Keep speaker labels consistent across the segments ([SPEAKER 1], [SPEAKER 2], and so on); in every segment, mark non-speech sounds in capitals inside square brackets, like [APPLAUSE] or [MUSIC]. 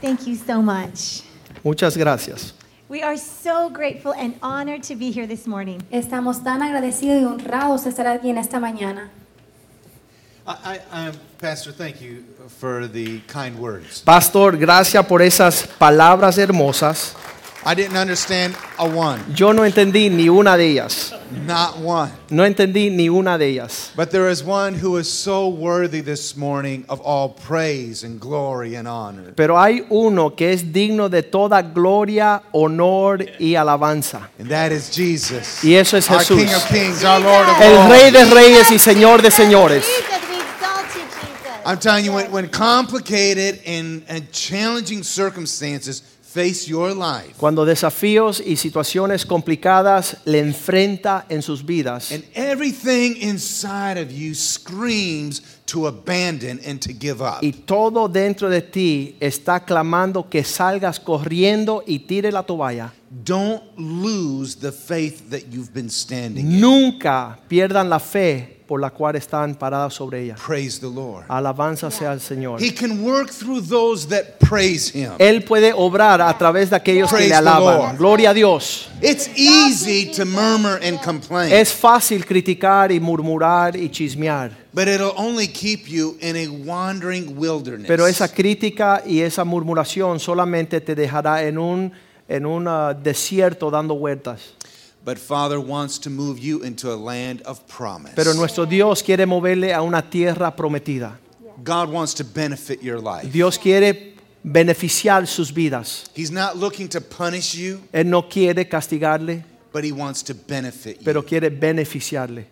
[SPEAKER 1] Thank you so much.
[SPEAKER 2] Muchas gracias.
[SPEAKER 1] We are so grateful and honored to be here this morning.
[SPEAKER 3] Estamos tan agradecidos y honrados de estar aquí en esta mañana.
[SPEAKER 4] I, I, I'm- Pastor, thank you for the kind words.
[SPEAKER 2] Pastor, gracias por esas palabras hermosas.
[SPEAKER 4] I didn't understand a one,
[SPEAKER 2] Yo no entendí ni una de ellas.
[SPEAKER 4] not one.
[SPEAKER 2] No entendí ni una de ellas.
[SPEAKER 4] But there is one who is so worthy this morning of all praise and glory and honor.
[SPEAKER 2] Pero hay uno que es digno de toda gloria, honor y alabanza.
[SPEAKER 4] And that is Jesus.
[SPEAKER 2] Y eso es
[SPEAKER 4] Our
[SPEAKER 2] Jesús.
[SPEAKER 4] King of Kings, our Lord of
[SPEAKER 2] El
[SPEAKER 4] Lords.
[SPEAKER 2] Rey de Reyes y Señor de Señores.
[SPEAKER 1] Jesus, we exalt you, Jesus.
[SPEAKER 4] I'm telling you, when, when complicated and, and challenging circumstances face your life,
[SPEAKER 2] Cuando desafíos y situaciones complicadas le enfrenta en sus vidas
[SPEAKER 4] and everything inside of you screams to abandon and to give up.
[SPEAKER 2] y todo dentro de ti está clamando que salgas corriendo y tire la toalla.
[SPEAKER 4] Don't lose the faith that you've been standing in.
[SPEAKER 2] Nunca pierdan la fe por la cual están parados sobre ella.
[SPEAKER 4] Praise the Lord.
[SPEAKER 2] Alabanza sea al Señor.
[SPEAKER 4] He can work through those that praise Him.
[SPEAKER 2] Él puede obrar a través de aquellos que le
[SPEAKER 4] Praise the
[SPEAKER 2] alaban.
[SPEAKER 4] Lord.
[SPEAKER 2] Gloria a Dios.
[SPEAKER 4] It's easy to murmur and complain,
[SPEAKER 2] Es fácil criticar y murmurar y chismear,
[SPEAKER 4] but it'll only keep you in a wandering wilderness.
[SPEAKER 2] pero esa crítica y esa murmuración solamente te dejará en un, en un ah, desierto dando vueltas.
[SPEAKER 4] But Father wants to move you into a land of promise.
[SPEAKER 2] Pero nuestro Dios quiere moverle a una tierra prometida.
[SPEAKER 4] God wants to benefit your life.
[SPEAKER 2] Dios quiere beneficiar sus vidas.
[SPEAKER 4] He's not looking to punish you,
[SPEAKER 2] Él no quiere castigarle,
[SPEAKER 4] but He wants to benefit you.
[SPEAKER 2] pero quiere beneficiarle.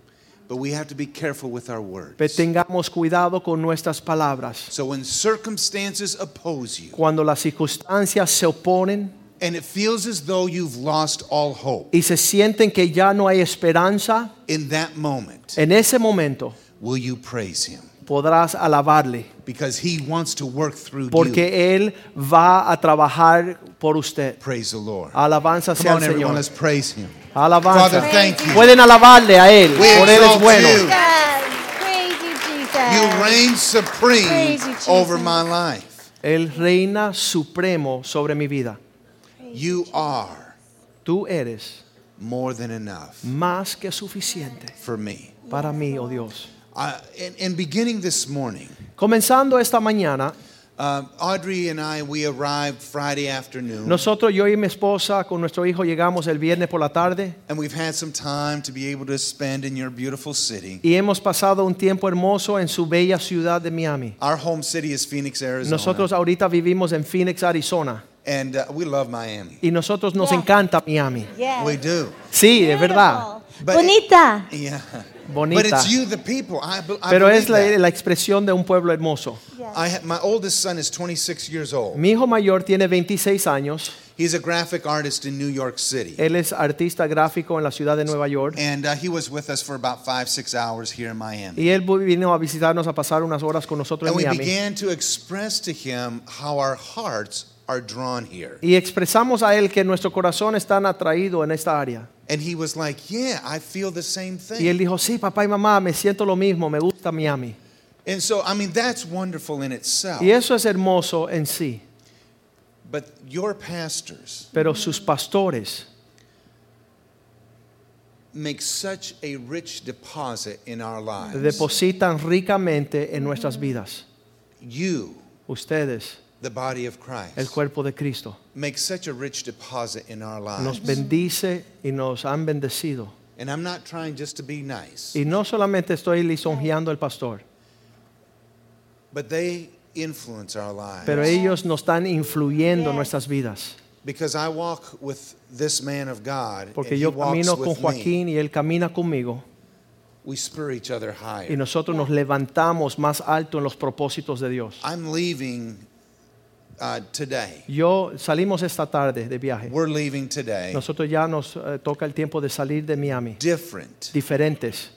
[SPEAKER 4] but we have to be careful with our words.
[SPEAKER 2] Pero tengamos cuidado con nuestras palabras.
[SPEAKER 4] so when circumstances oppose you,
[SPEAKER 2] Cuando las circunstancias se oponen
[SPEAKER 4] and it feels as though you've lost all hope
[SPEAKER 2] y se sienten que ya no hay esperanza,
[SPEAKER 4] in that moment,
[SPEAKER 2] en ese momento
[SPEAKER 4] will you praise him?
[SPEAKER 2] podrás alabarle,
[SPEAKER 4] Because he wants to work through you.
[SPEAKER 2] porque Él va a trabajar por usted.
[SPEAKER 4] Praise the Lord.
[SPEAKER 2] Alabanza
[SPEAKER 4] Come
[SPEAKER 2] sea
[SPEAKER 4] on,
[SPEAKER 2] al
[SPEAKER 4] everyone,
[SPEAKER 2] Señor.
[SPEAKER 4] let's praise him. Father,
[SPEAKER 2] Alabanza.
[SPEAKER 4] thank you.
[SPEAKER 2] Pueden alabarle a Él,
[SPEAKER 4] We
[SPEAKER 2] por Él es
[SPEAKER 4] exalt
[SPEAKER 2] bueno.
[SPEAKER 4] you.
[SPEAKER 1] Yes. Praise you, Jesus.
[SPEAKER 4] You reign supreme
[SPEAKER 1] Praise you, Jesus.
[SPEAKER 4] over my life.
[SPEAKER 2] Él reina supremo sobre mi vida.
[SPEAKER 4] You are
[SPEAKER 2] Tú eres
[SPEAKER 4] more than enough
[SPEAKER 2] más que suficiente
[SPEAKER 4] for me.
[SPEAKER 2] para mí, oh Dios.
[SPEAKER 4] I, and, and beginning this morning,
[SPEAKER 2] Comenzando esta mañana,
[SPEAKER 4] um, Audrey and I, we arrived Friday afternoon,
[SPEAKER 2] Mm. Nosotros, yo y mi esposa, con nuestro hijo llegamos el viernes por la tarde
[SPEAKER 4] and we've had some time to be able to spend in your beautiful city.
[SPEAKER 2] y hemos pasado un tiempo hermoso en su bella ciudad de Miami.
[SPEAKER 4] Our home city is Phoenix, Arizona.
[SPEAKER 2] Nosotros ahorita vivimos en Phoenix, Arizona,
[SPEAKER 4] And uh, we love Miami.
[SPEAKER 2] y nosotros nos
[SPEAKER 1] Yeah.
[SPEAKER 2] encanta Miami.
[SPEAKER 1] Yes.
[SPEAKER 4] We do.
[SPEAKER 2] Sí, es verdad,
[SPEAKER 4] But-
[SPEAKER 1] Bonita.
[SPEAKER 4] Yeah. But
[SPEAKER 2] bonita,
[SPEAKER 4] it's you, the people. I, be- I
[SPEAKER 2] pero
[SPEAKER 4] believe
[SPEAKER 2] es la,
[SPEAKER 4] that.
[SPEAKER 2] la expresión de un pueblo hermoso.
[SPEAKER 4] I ha- my oldest son is 26 years old.
[SPEAKER 2] Mi hijo mayor tiene 26 años,
[SPEAKER 4] He's a graphic artist in New York City.
[SPEAKER 2] él es artista gráfico en la ciudad de Nueva York
[SPEAKER 4] And uh, he was with us for about five, six hours here in Miami.
[SPEAKER 2] y él vino a visitarnos a pasar unas horas con nosotros
[SPEAKER 4] And
[SPEAKER 2] en
[SPEAKER 4] we
[SPEAKER 2] Miami.
[SPEAKER 4] began to express to him how our hearts are drawn here.
[SPEAKER 2] Y expresamos a él que nuestro corazón está atraído en esta área.
[SPEAKER 4] And he was like, Yeah, I feel the same
[SPEAKER 2] Y él
[SPEAKER 4] thing.
[SPEAKER 2] dijo, sí, papá y mamá, me siento lo mismo, me gusta Miami.
[SPEAKER 4] And so, I mean, that's wonderful in itself.
[SPEAKER 2] Y eso es hermoso en sí,
[SPEAKER 4] But your pastors
[SPEAKER 2] pero sus pastores
[SPEAKER 4] make such a rich deposit in our lives.
[SPEAKER 2] depositan ricamente en nuestras vidas.
[SPEAKER 4] You,
[SPEAKER 2] Ustedes,
[SPEAKER 4] the body of Christ,
[SPEAKER 2] el cuerpo de Cristo,
[SPEAKER 4] make such a rich deposit in our lives.
[SPEAKER 2] nos bendice y nos han bendecido.
[SPEAKER 4] And I'm not trying just to be nice,
[SPEAKER 2] Y no solamente estoy lisonjeando al pastor,
[SPEAKER 4] but they influence our lives.
[SPEAKER 2] pero ellos nos están influyendo en nuestras vidas.
[SPEAKER 4] because I walk with this man of God,
[SPEAKER 2] Porque
[SPEAKER 4] and
[SPEAKER 2] yo
[SPEAKER 4] he walks
[SPEAKER 2] camino con
[SPEAKER 4] with me.
[SPEAKER 2] Joaquín y él camina conmigo.
[SPEAKER 4] we spur each other higher.
[SPEAKER 2] y nosotros nos levantamos más alto en los propósitos de Dios.
[SPEAKER 4] I'm leaving uh, today.
[SPEAKER 2] Yo salimos esta tarde de viaje.
[SPEAKER 4] We're leaving today.
[SPEAKER 2] Nosotros ya nos eh, toca el tiempo de salir de Miami,
[SPEAKER 4] Different
[SPEAKER 2] diferentes,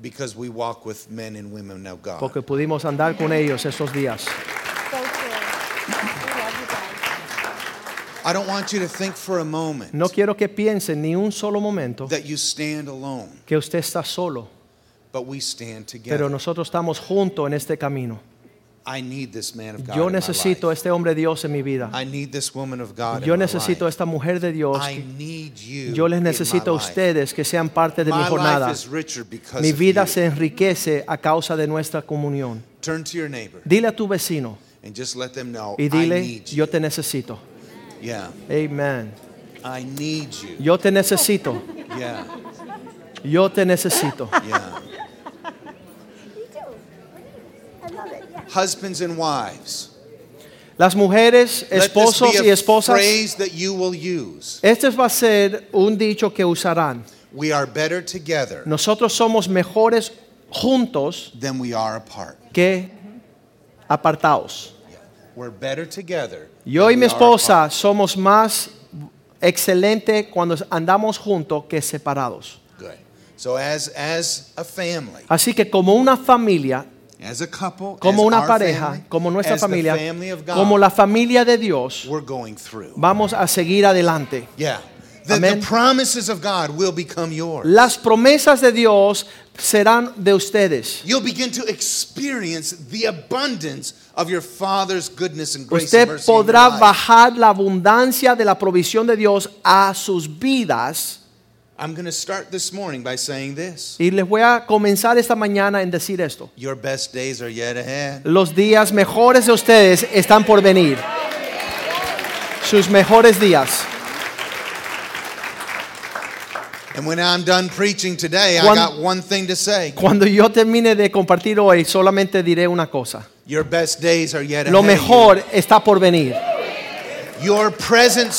[SPEAKER 4] because we walk with men and women of God.
[SPEAKER 2] porque pudimos andar con ellos esos días.
[SPEAKER 5] So cool. We love you guys.
[SPEAKER 4] I don't want you to think for a moment
[SPEAKER 2] No quiero que piensen ni un solo momento
[SPEAKER 4] that you stand alone,
[SPEAKER 2] que usted está solo,
[SPEAKER 4] but we stand
[SPEAKER 2] pero
[SPEAKER 4] together.
[SPEAKER 2] nosotros estamos juntos en este camino.
[SPEAKER 4] I need this man of God.
[SPEAKER 2] Yo
[SPEAKER 4] in my
[SPEAKER 2] necesito
[SPEAKER 4] life.
[SPEAKER 2] este hombre de Dios en mi vida.
[SPEAKER 4] I need this woman of God.
[SPEAKER 2] Yo
[SPEAKER 4] in my
[SPEAKER 2] necesito
[SPEAKER 4] life.
[SPEAKER 2] esta mujer de Dios.
[SPEAKER 4] I need you.
[SPEAKER 2] Yo les
[SPEAKER 4] in my
[SPEAKER 2] necesito a
[SPEAKER 4] life.
[SPEAKER 2] ustedes que sean parte de mi
[SPEAKER 4] My
[SPEAKER 2] jornada.
[SPEAKER 4] life is richer because
[SPEAKER 2] Mi
[SPEAKER 4] of
[SPEAKER 2] vida
[SPEAKER 4] you.
[SPEAKER 2] se enriquece a causa de nuestra comunión.
[SPEAKER 4] Turn to your neighbor
[SPEAKER 2] Dile a tu vecino
[SPEAKER 4] and just let them know
[SPEAKER 2] y
[SPEAKER 4] I
[SPEAKER 2] dile,
[SPEAKER 4] need you.
[SPEAKER 2] yo te necesito.
[SPEAKER 4] Yeah,
[SPEAKER 2] Amen.
[SPEAKER 4] I need you.
[SPEAKER 2] Yo te necesito.
[SPEAKER 4] Yeah,
[SPEAKER 2] Yo te necesito.
[SPEAKER 4] yeah.
[SPEAKER 5] You too. I love it. Yeah.
[SPEAKER 4] Husbands and wives.
[SPEAKER 2] Las mujeres,
[SPEAKER 4] Let this
[SPEAKER 2] esposos
[SPEAKER 4] be
[SPEAKER 2] y
[SPEAKER 4] a
[SPEAKER 2] esposas,
[SPEAKER 4] Phrase that you will use.
[SPEAKER 2] este va a ser un dicho que usarán.
[SPEAKER 4] We are better together
[SPEAKER 2] Nosotros somos mejores juntos
[SPEAKER 4] than we are apart.
[SPEAKER 2] que apartados.
[SPEAKER 4] We're better together.
[SPEAKER 2] Yo
[SPEAKER 4] than
[SPEAKER 2] y
[SPEAKER 4] we
[SPEAKER 2] mi
[SPEAKER 4] are
[SPEAKER 2] esposa
[SPEAKER 4] apart.
[SPEAKER 2] somos más excelente cuando andamos juntos que separados.
[SPEAKER 4] Good. So as as a family,
[SPEAKER 2] Así que como una familia,
[SPEAKER 4] as a couple,
[SPEAKER 2] como
[SPEAKER 4] as
[SPEAKER 2] una
[SPEAKER 4] our
[SPEAKER 2] pareja,
[SPEAKER 4] family,
[SPEAKER 2] como nuestra
[SPEAKER 4] as the
[SPEAKER 2] familia,
[SPEAKER 4] family of God,
[SPEAKER 2] como la familia de Dios,
[SPEAKER 4] we're going through.
[SPEAKER 2] vamos a seguir adelante.
[SPEAKER 4] Yeah. The, the
[SPEAKER 2] Amen.
[SPEAKER 4] promises of God will become yours.
[SPEAKER 2] Las promesas de Dios serán de ustedes.
[SPEAKER 4] You'll begin to experience the abundance of your Father's goodness and grace
[SPEAKER 2] Usted
[SPEAKER 4] and mercy in your
[SPEAKER 2] podrá
[SPEAKER 4] life.
[SPEAKER 2] bajar la abundancia de la provisión de Dios a sus vidas.
[SPEAKER 4] I'm going to start this morning by saying this.
[SPEAKER 2] Y les voy a comenzar esta mañana en decir esto.
[SPEAKER 4] Your best days are yet ahead.
[SPEAKER 2] Los días mejores de ustedes están por venir. Sus mejores días.
[SPEAKER 4] And when I'm done preaching today, I
[SPEAKER 2] Cuan-
[SPEAKER 4] got one thing to say.
[SPEAKER 2] Cuando yo termine de compartir hoy, solamente diré una cosa.
[SPEAKER 4] Your best days are yet
[SPEAKER 2] Lo
[SPEAKER 4] ahead. of
[SPEAKER 2] mejor está por venir.
[SPEAKER 4] you. Your present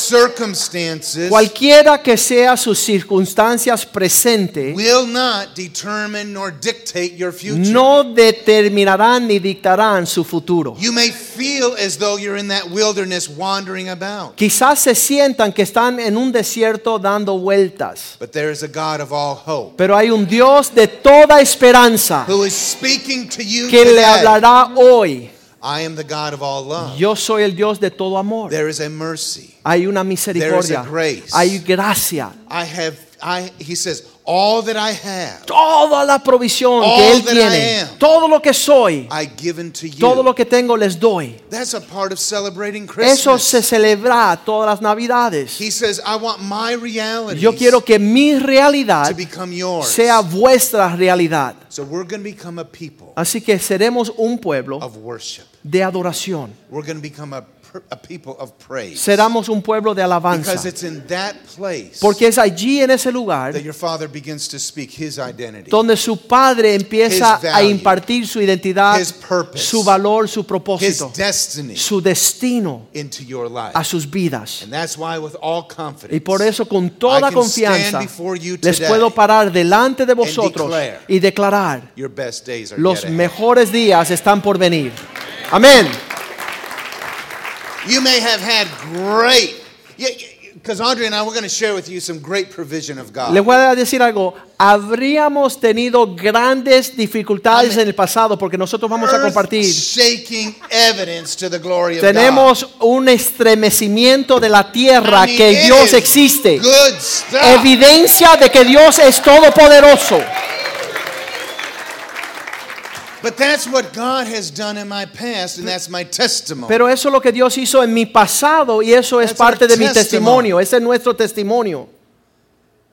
[SPEAKER 4] circumstances
[SPEAKER 2] Cualquiera que sea sus circunstancias presentes,
[SPEAKER 4] will not determine nor dictate your future.
[SPEAKER 2] no determinarán ni dictarán su futuro.
[SPEAKER 4] You may feel as though you're in that wilderness wandering about.
[SPEAKER 2] Quizás se sientan que están en un desierto dando vueltas,
[SPEAKER 4] But there is a God of all hope
[SPEAKER 2] pero hay un Dios de toda esperanza
[SPEAKER 4] who is speaking to you
[SPEAKER 2] que le
[SPEAKER 4] today.
[SPEAKER 2] hablará hoy.
[SPEAKER 4] I am the God of all love.
[SPEAKER 2] Yo soy el Dios de todo amor.
[SPEAKER 4] There is a mercy.
[SPEAKER 2] Hay una misericordia,
[SPEAKER 4] There is a grace.
[SPEAKER 2] hay gracia.
[SPEAKER 4] I have I he says all that I have
[SPEAKER 2] Toda la provisión que
[SPEAKER 4] All
[SPEAKER 2] Él
[SPEAKER 4] that I
[SPEAKER 2] tiene,
[SPEAKER 4] am.
[SPEAKER 2] todo lo que soy,
[SPEAKER 4] I given to you.
[SPEAKER 2] todo lo que tengo les doy.
[SPEAKER 4] That's a part of celebrating
[SPEAKER 2] Eso se
[SPEAKER 4] Christmas.
[SPEAKER 2] celebra todas las navidades.
[SPEAKER 4] He says I want my reality
[SPEAKER 2] Yo quiero que mi realidad
[SPEAKER 4] to become yours.
[SPEAKER 2] sea vuestra realidad.
[SPEAKER 4] so we're going to become a people
[SPEAKER 2] Así que seremos un pueblo
[SPEAKER 4] of worship.
[SPEAKER 2] de adoración.
[SPEAKER 4] We're going to become a, pr- a people of praise.
[SPEAKER 2] Seramos un pueblo de
[SPEAKER 4] because
[SPEAKER 2] alabanza.
[SPEAKER 4] it's in that place
[SPEAKER 2] Porque es allí en ese lugar
[SPEAKER 4] that your father begins to speak his identity.
[SPEAKER 2] donde su padre empieza
[SPEAKER 4] His value.
[SPEAKER 2] a impartir su identidad,
[SPEAKER 4] His purpose.
[SPEAKER 2] su valor, su
[SPEAKER 4] his
[SPEAKER 2] propósito,
[SPEAKER 4] destiny
[SPEAKER 2] su destino
[SPEAKER 4] into your life.
[SPEAKER 2] a sus vidas.
[SPEAKER 4] And that's why with all confidence.
[SPEAKER 2] Y por eso con
[SPEAKER 4] I
[SPEAKER 2] toda
[SPEAKER 4] can
[SPEAKER 2] confianza
[SPEAKER 4] stand before you
[SPEAKER 2] les
[SPEAKER 4] today
[SPEAKER 2] puedo parar delante de vosotros
[SPEAKER 4] declare
[SPEAKER 2] y declarar,
[SPEAKER 4] Your best days are
[SPEAKER 2] los
[SPEAKER 4] yet ahead.
[SPEAKER 2] mejores días están por venir. Amén.
[SPEAKER 4] You may have had great, because Andre and I were going to share with you some great provision of God.
[SPEAKER 2] Les voy a decir algo. Habríamos tenido grandes dificultades
[SPEAKER 4] Amén.
[SPEAKER 2] en el pasado porque nosotros vamos a compartir.
[SPEAKER 4] Shaking evidence to the glory of God.
[SPEAKER 2] Tenemos un estremecimiento de la tierra
[SPEAKER 4] I mean,
[SPEAKER 2] que
[SPEAKER 4] it
[SPEAKER 2] Dios
[SPEAKER 4] is
[SPEAKER 2] existe.
[SPEAKER 4] Good stuff.
[SPEAKER 2] Evidencia de que Dios es todopoderoso.
[SPEAKER 4] But that's what God has done in my past, and that's my testimony.
[SPEAKER 2] Pero eso es lo que Dios hizo en mi pasado y eso es
[SPEAKER 4] That's
[SPEAKER 2] parte
[SPEAKER 4] our
[SPEAKER 2] de mi
[SPEAKER 4] testimony.
[SPEAKER 2] testimonio. Ese es nuestro testimonio.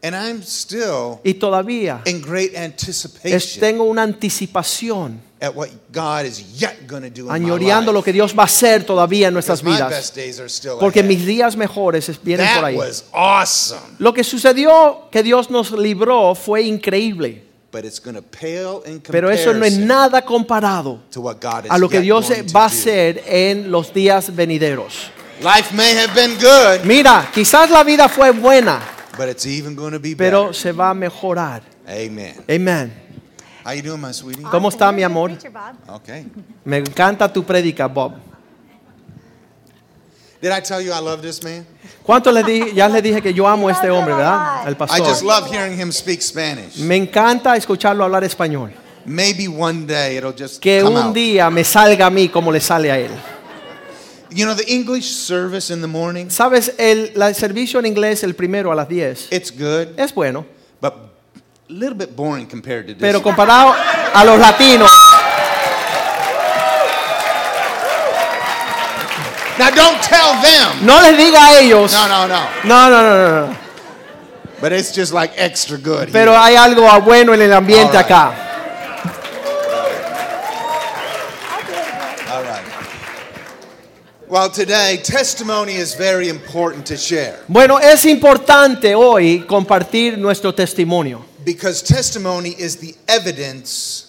[SPEAKER 4] and I'm still
[SPEAKER 2] Y todavía
[SPEAKER 4] in great
[SPEAKER 2] es-
[SPEAKER 4] anticipation
[SPEAKER 2] tengo una anticipación,
[SPEAKER 4] at what God is yet going to do in
[SPEAKER 2] añoreando
[SPEAKER 4] my
[SPEAKER 2] lo
[SPEAKER 4] life.
[SPEAKER 2] que Dios va a hacer todavía en nuestras
[SPEAKER 4] Because my
[SPEAKER 2] vidas.
[SPEAKER 4] best days are still
[SPEAKER 2] Porque
[SPEAKER 4] ahead.
[SPEAKER 2] mis días mejores es- vienen por
[SPEAKER 4] That
[SPEAKER 2] ahí.
[SPEAKER 4] was awesome.
[SPEAKER 2] Lo que sucedió que Dios nos libró fue increíble,
[SPEAKER 4] But it's going to pale in comparison
[SPEAKER 2] pero eso no es nada comparado
[SPEAKER 4] to what God is
[SPEAKER 2] a lo que
[SPEAKER 4] yet
[SPEAKER 2] Dios
[SPEAKER 4] going to
[SPEAKER 2] va a
[SPEAKER 4] do.
[SPEAKER 2] hacer en los días venideros.
[SPEAKER 4] Life may have been good,
[SPEAKER 2] Mira, quizás la vida fue buena,
[SPEAKER 4] but it's even going to be better.
[SPEAKER 2] pero se va a mejorar.
[SPEAKER 4] Amen.
[SPEAKER 2] Amén.
[SPEAKER 4] How you doing, my sweetie?
[SPEAKER 1] Awesome.
[SPEAKER 2] ¿Cómo está,
[SPEAKER 1] You're
[SPEAKER 2] mi
[SPEAKER 1] a good
[SPEAKER 2] amor?
[SPEAKER 1] preacher, Bob.
[SPEAKER 4] Okay.
[SPEAKER 2] Me encanta tu prédica, Bob.
[SPEAKER 4] Did I tell you I love this man?
[SPEAKER 2] ¿Cuánto le di? Ya le dije que yo amo a este hombre, ¿verdad? El
[SPEAKER 4] I just
[SPEAKER 2] pastor.
[SPEAKER 4] love hearing him speak Spanish.
[SPEAKER 2] Me encanta escucharlo hablar español.
[SPEAKER 4] Maybe one day it'll just
[SPEAKER 2] Que
[SPEAKER 4] come
[SPEAKER 2] un
[SPEAKER 4] out.
[SPEAKER 2] día me salga a mí como le sale a él.
[SPEAKER 4] You know, the English service in the morning,
[SPEAKER 2] Sabes, el, la- el servicio en inglés, el primero a las 10,
[SPEAKER 4] it's good,
[SPEAKER 2] es bueno,
[SPEAKER 4] but a little bit boring compared to this.
[SPEAKER 2] pero comparado a los latinos.
[SPEAKER 4] now, don't tell them.
[SPEAKER 2] No les diga a ellos.
[SPEAKER 4] No, no, no.
[SPEAKER 2] No, no, no, no, no.
[SPEAKER 4] But it's just like extra good. here.
[SPEAKER 2] Pero hay algo ah, bueno en el ambiente
[SPEAKER 4] All right.
[SPEAKER 2] acá.
[SPEAKER 4] All right. Well, today, testimony is very important to share
[SPEAKER 2] Bueno, es importante hoy compartir nuestro testimonio.
[SPEAKER 4] because testimony is the evidence.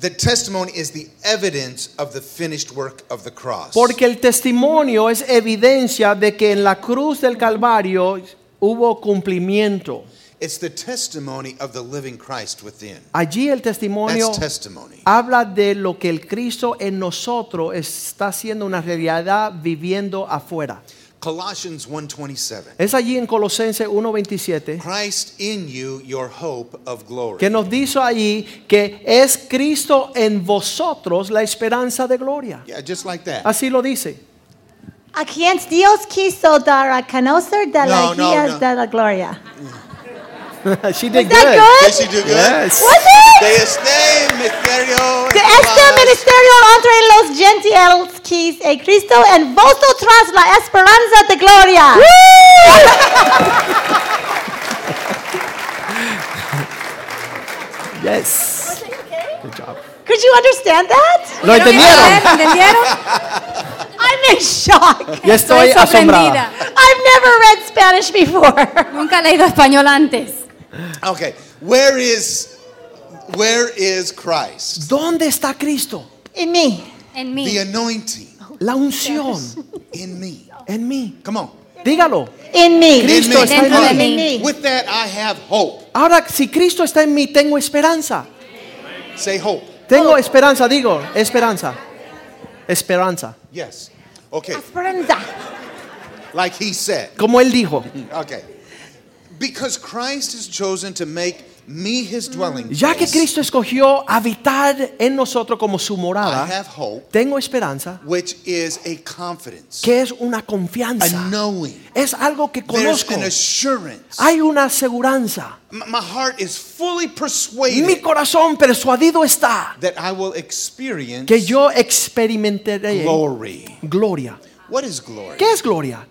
[SPEAKER 4] The testimony is the evidence of the finished work of the cross.
[SPEAKER 2] Porque el testimonio es evidencia de que en la cruz del Calvario hubo cumplimiento.
[SPEAKER 4] It's the testimony of the living Christ within.
[SPEAKER 2] Allí el testimonio
[SPEAKER 4] That's testimony.
[SPEAKER 2] habla de lo que el Cristo en nosotros está siendo una realidad viviendo afuera.
[SPEAKER 4] Colossians 1:27.
[SPEAKER 2] Es allí en Colosenses 1:27
[SPEAKER 4] Christ in you, your hope of glory.
[SPEAKER 2] Eh. que nos dice allí que es Cristo en vosotros la esperanza de gloria.
[SPEAKER 4] yeah, just like that.
[SPEAKER 2] Así lo dice.
[SPEAKER 1] A quien Dios quiso dar a conocer de
[SPEAKER 4] No,
[SPEAKER 1] las
[SPEAKER 4] no,
[SPEAKER 1] guías
[SPEAKER 4] no.
[SPEAKER 1] de la gloria.
[SPEAKER 2] [LAUGHS] She did
[SPEAKER 1] Is that good?
[SPEAKER 4] Did she do good?
[SPEAKER 2] Yes.
[SPEAKER 1] Was it?
[SPEAKER 4] De este misterio.
[SPEAKER 1] De este ministerio entre los gentiles quis a Cristo en vosotras la esperanza de gloria.
[SPEAKER 2] Yes.
[SPEAKER 5] okay?
[SPEAKER 2] Good job.
[SPEAKER 1] Could you understand that?
[SPEAKER 2] Lo entendieron.
[SPEAKER 3] ¿Me [LAUGHS] entendieron?
[SPEAKER 1] I'm in shock.
[SPEAKER 2] Yo estoy asombrada.
[SPEAKER 1] I've never read Spanish before.
[SPEAKER 3] Nunca he leído español antes.
[SPEAKER 4] Okay, where is where is Christ?
[SPEAKER 2] ¿Dónde está Cristo?
[SPEAKER 1] In me.
[SPEAKER 3] En
[SPEAKER 4] The
[SPEAKER 3] mí.
[SPEAKER 4] anointing
[SPEAKER 2] La unción
[SPEAKER 4] in me.
[SPEAKER 2] en mí.
[SPEAKER 4] Come on.
[SPEAKER 2] Dígalo.
[SPEAKER 1] In me.
[SPEAKER 2] Cristo
[SPEAKER 4] in me.
[SPEAKER 2] está
[SPEAKER 3] Dentro de
[SPEAKER 2] en mí.
[SPEAKER 3] mí.
[SPEAKER 1] In me.
[SPEAKER 4] With that, I have hope.
[SPEAKER 2] Ahora, si Cristo está en mí, tengo esperanza.
[SPEAKER 4] Say hope.
[SPEAKER 2] Tengo esperanza, digo, esperanza. Esperanza.
[SPEAKER 4] Yes. Okay.
[SPEAKER 1] Esperanza.
[SPEAKER 4] Like he said.
[SPEAKER 2] Como él dijo,
[SPEAKER 4] Okay. Because Christ has chosen to make me his dwelling place.
[SPEAKER 2] ya que Cristo escogió habitar en nosotros como su
[SPEAKER 4] I
[SPEAKER 2] morada,
[SPEAKER 4] have hope,
[SPEAKER 2] tengo esperanza,
[SPEAKER 4] which is a confidence,
[SPEAKER 2] que es una
[SPEAKER 4] a
[SPEAKER 2] confianza.
[SPEAKER 4] knowing.
[SPEAKER 2] Es algo que
[SPEAKER 4] There's
[SPEAKER 2] conozco.
[SPEAKER 4] an assurance.
[SPEAKER 2] Hay una aseguranza.
[SPEAKER 4] M- my heart is fully
[SPEAKER 2] Mi
[SPEAKER 4] persuaded
[SPEAKER 2] corazón persuadido está
[SPEAKER 4] that I will experience
[SPEAKER 2] que yo experimentaré
[SPEAKER 4] glory.
[SPEAKER 2] gloria.
[SPEAKER 4] What is glory?
[SPEAKER 2] ¿Qué es gloria?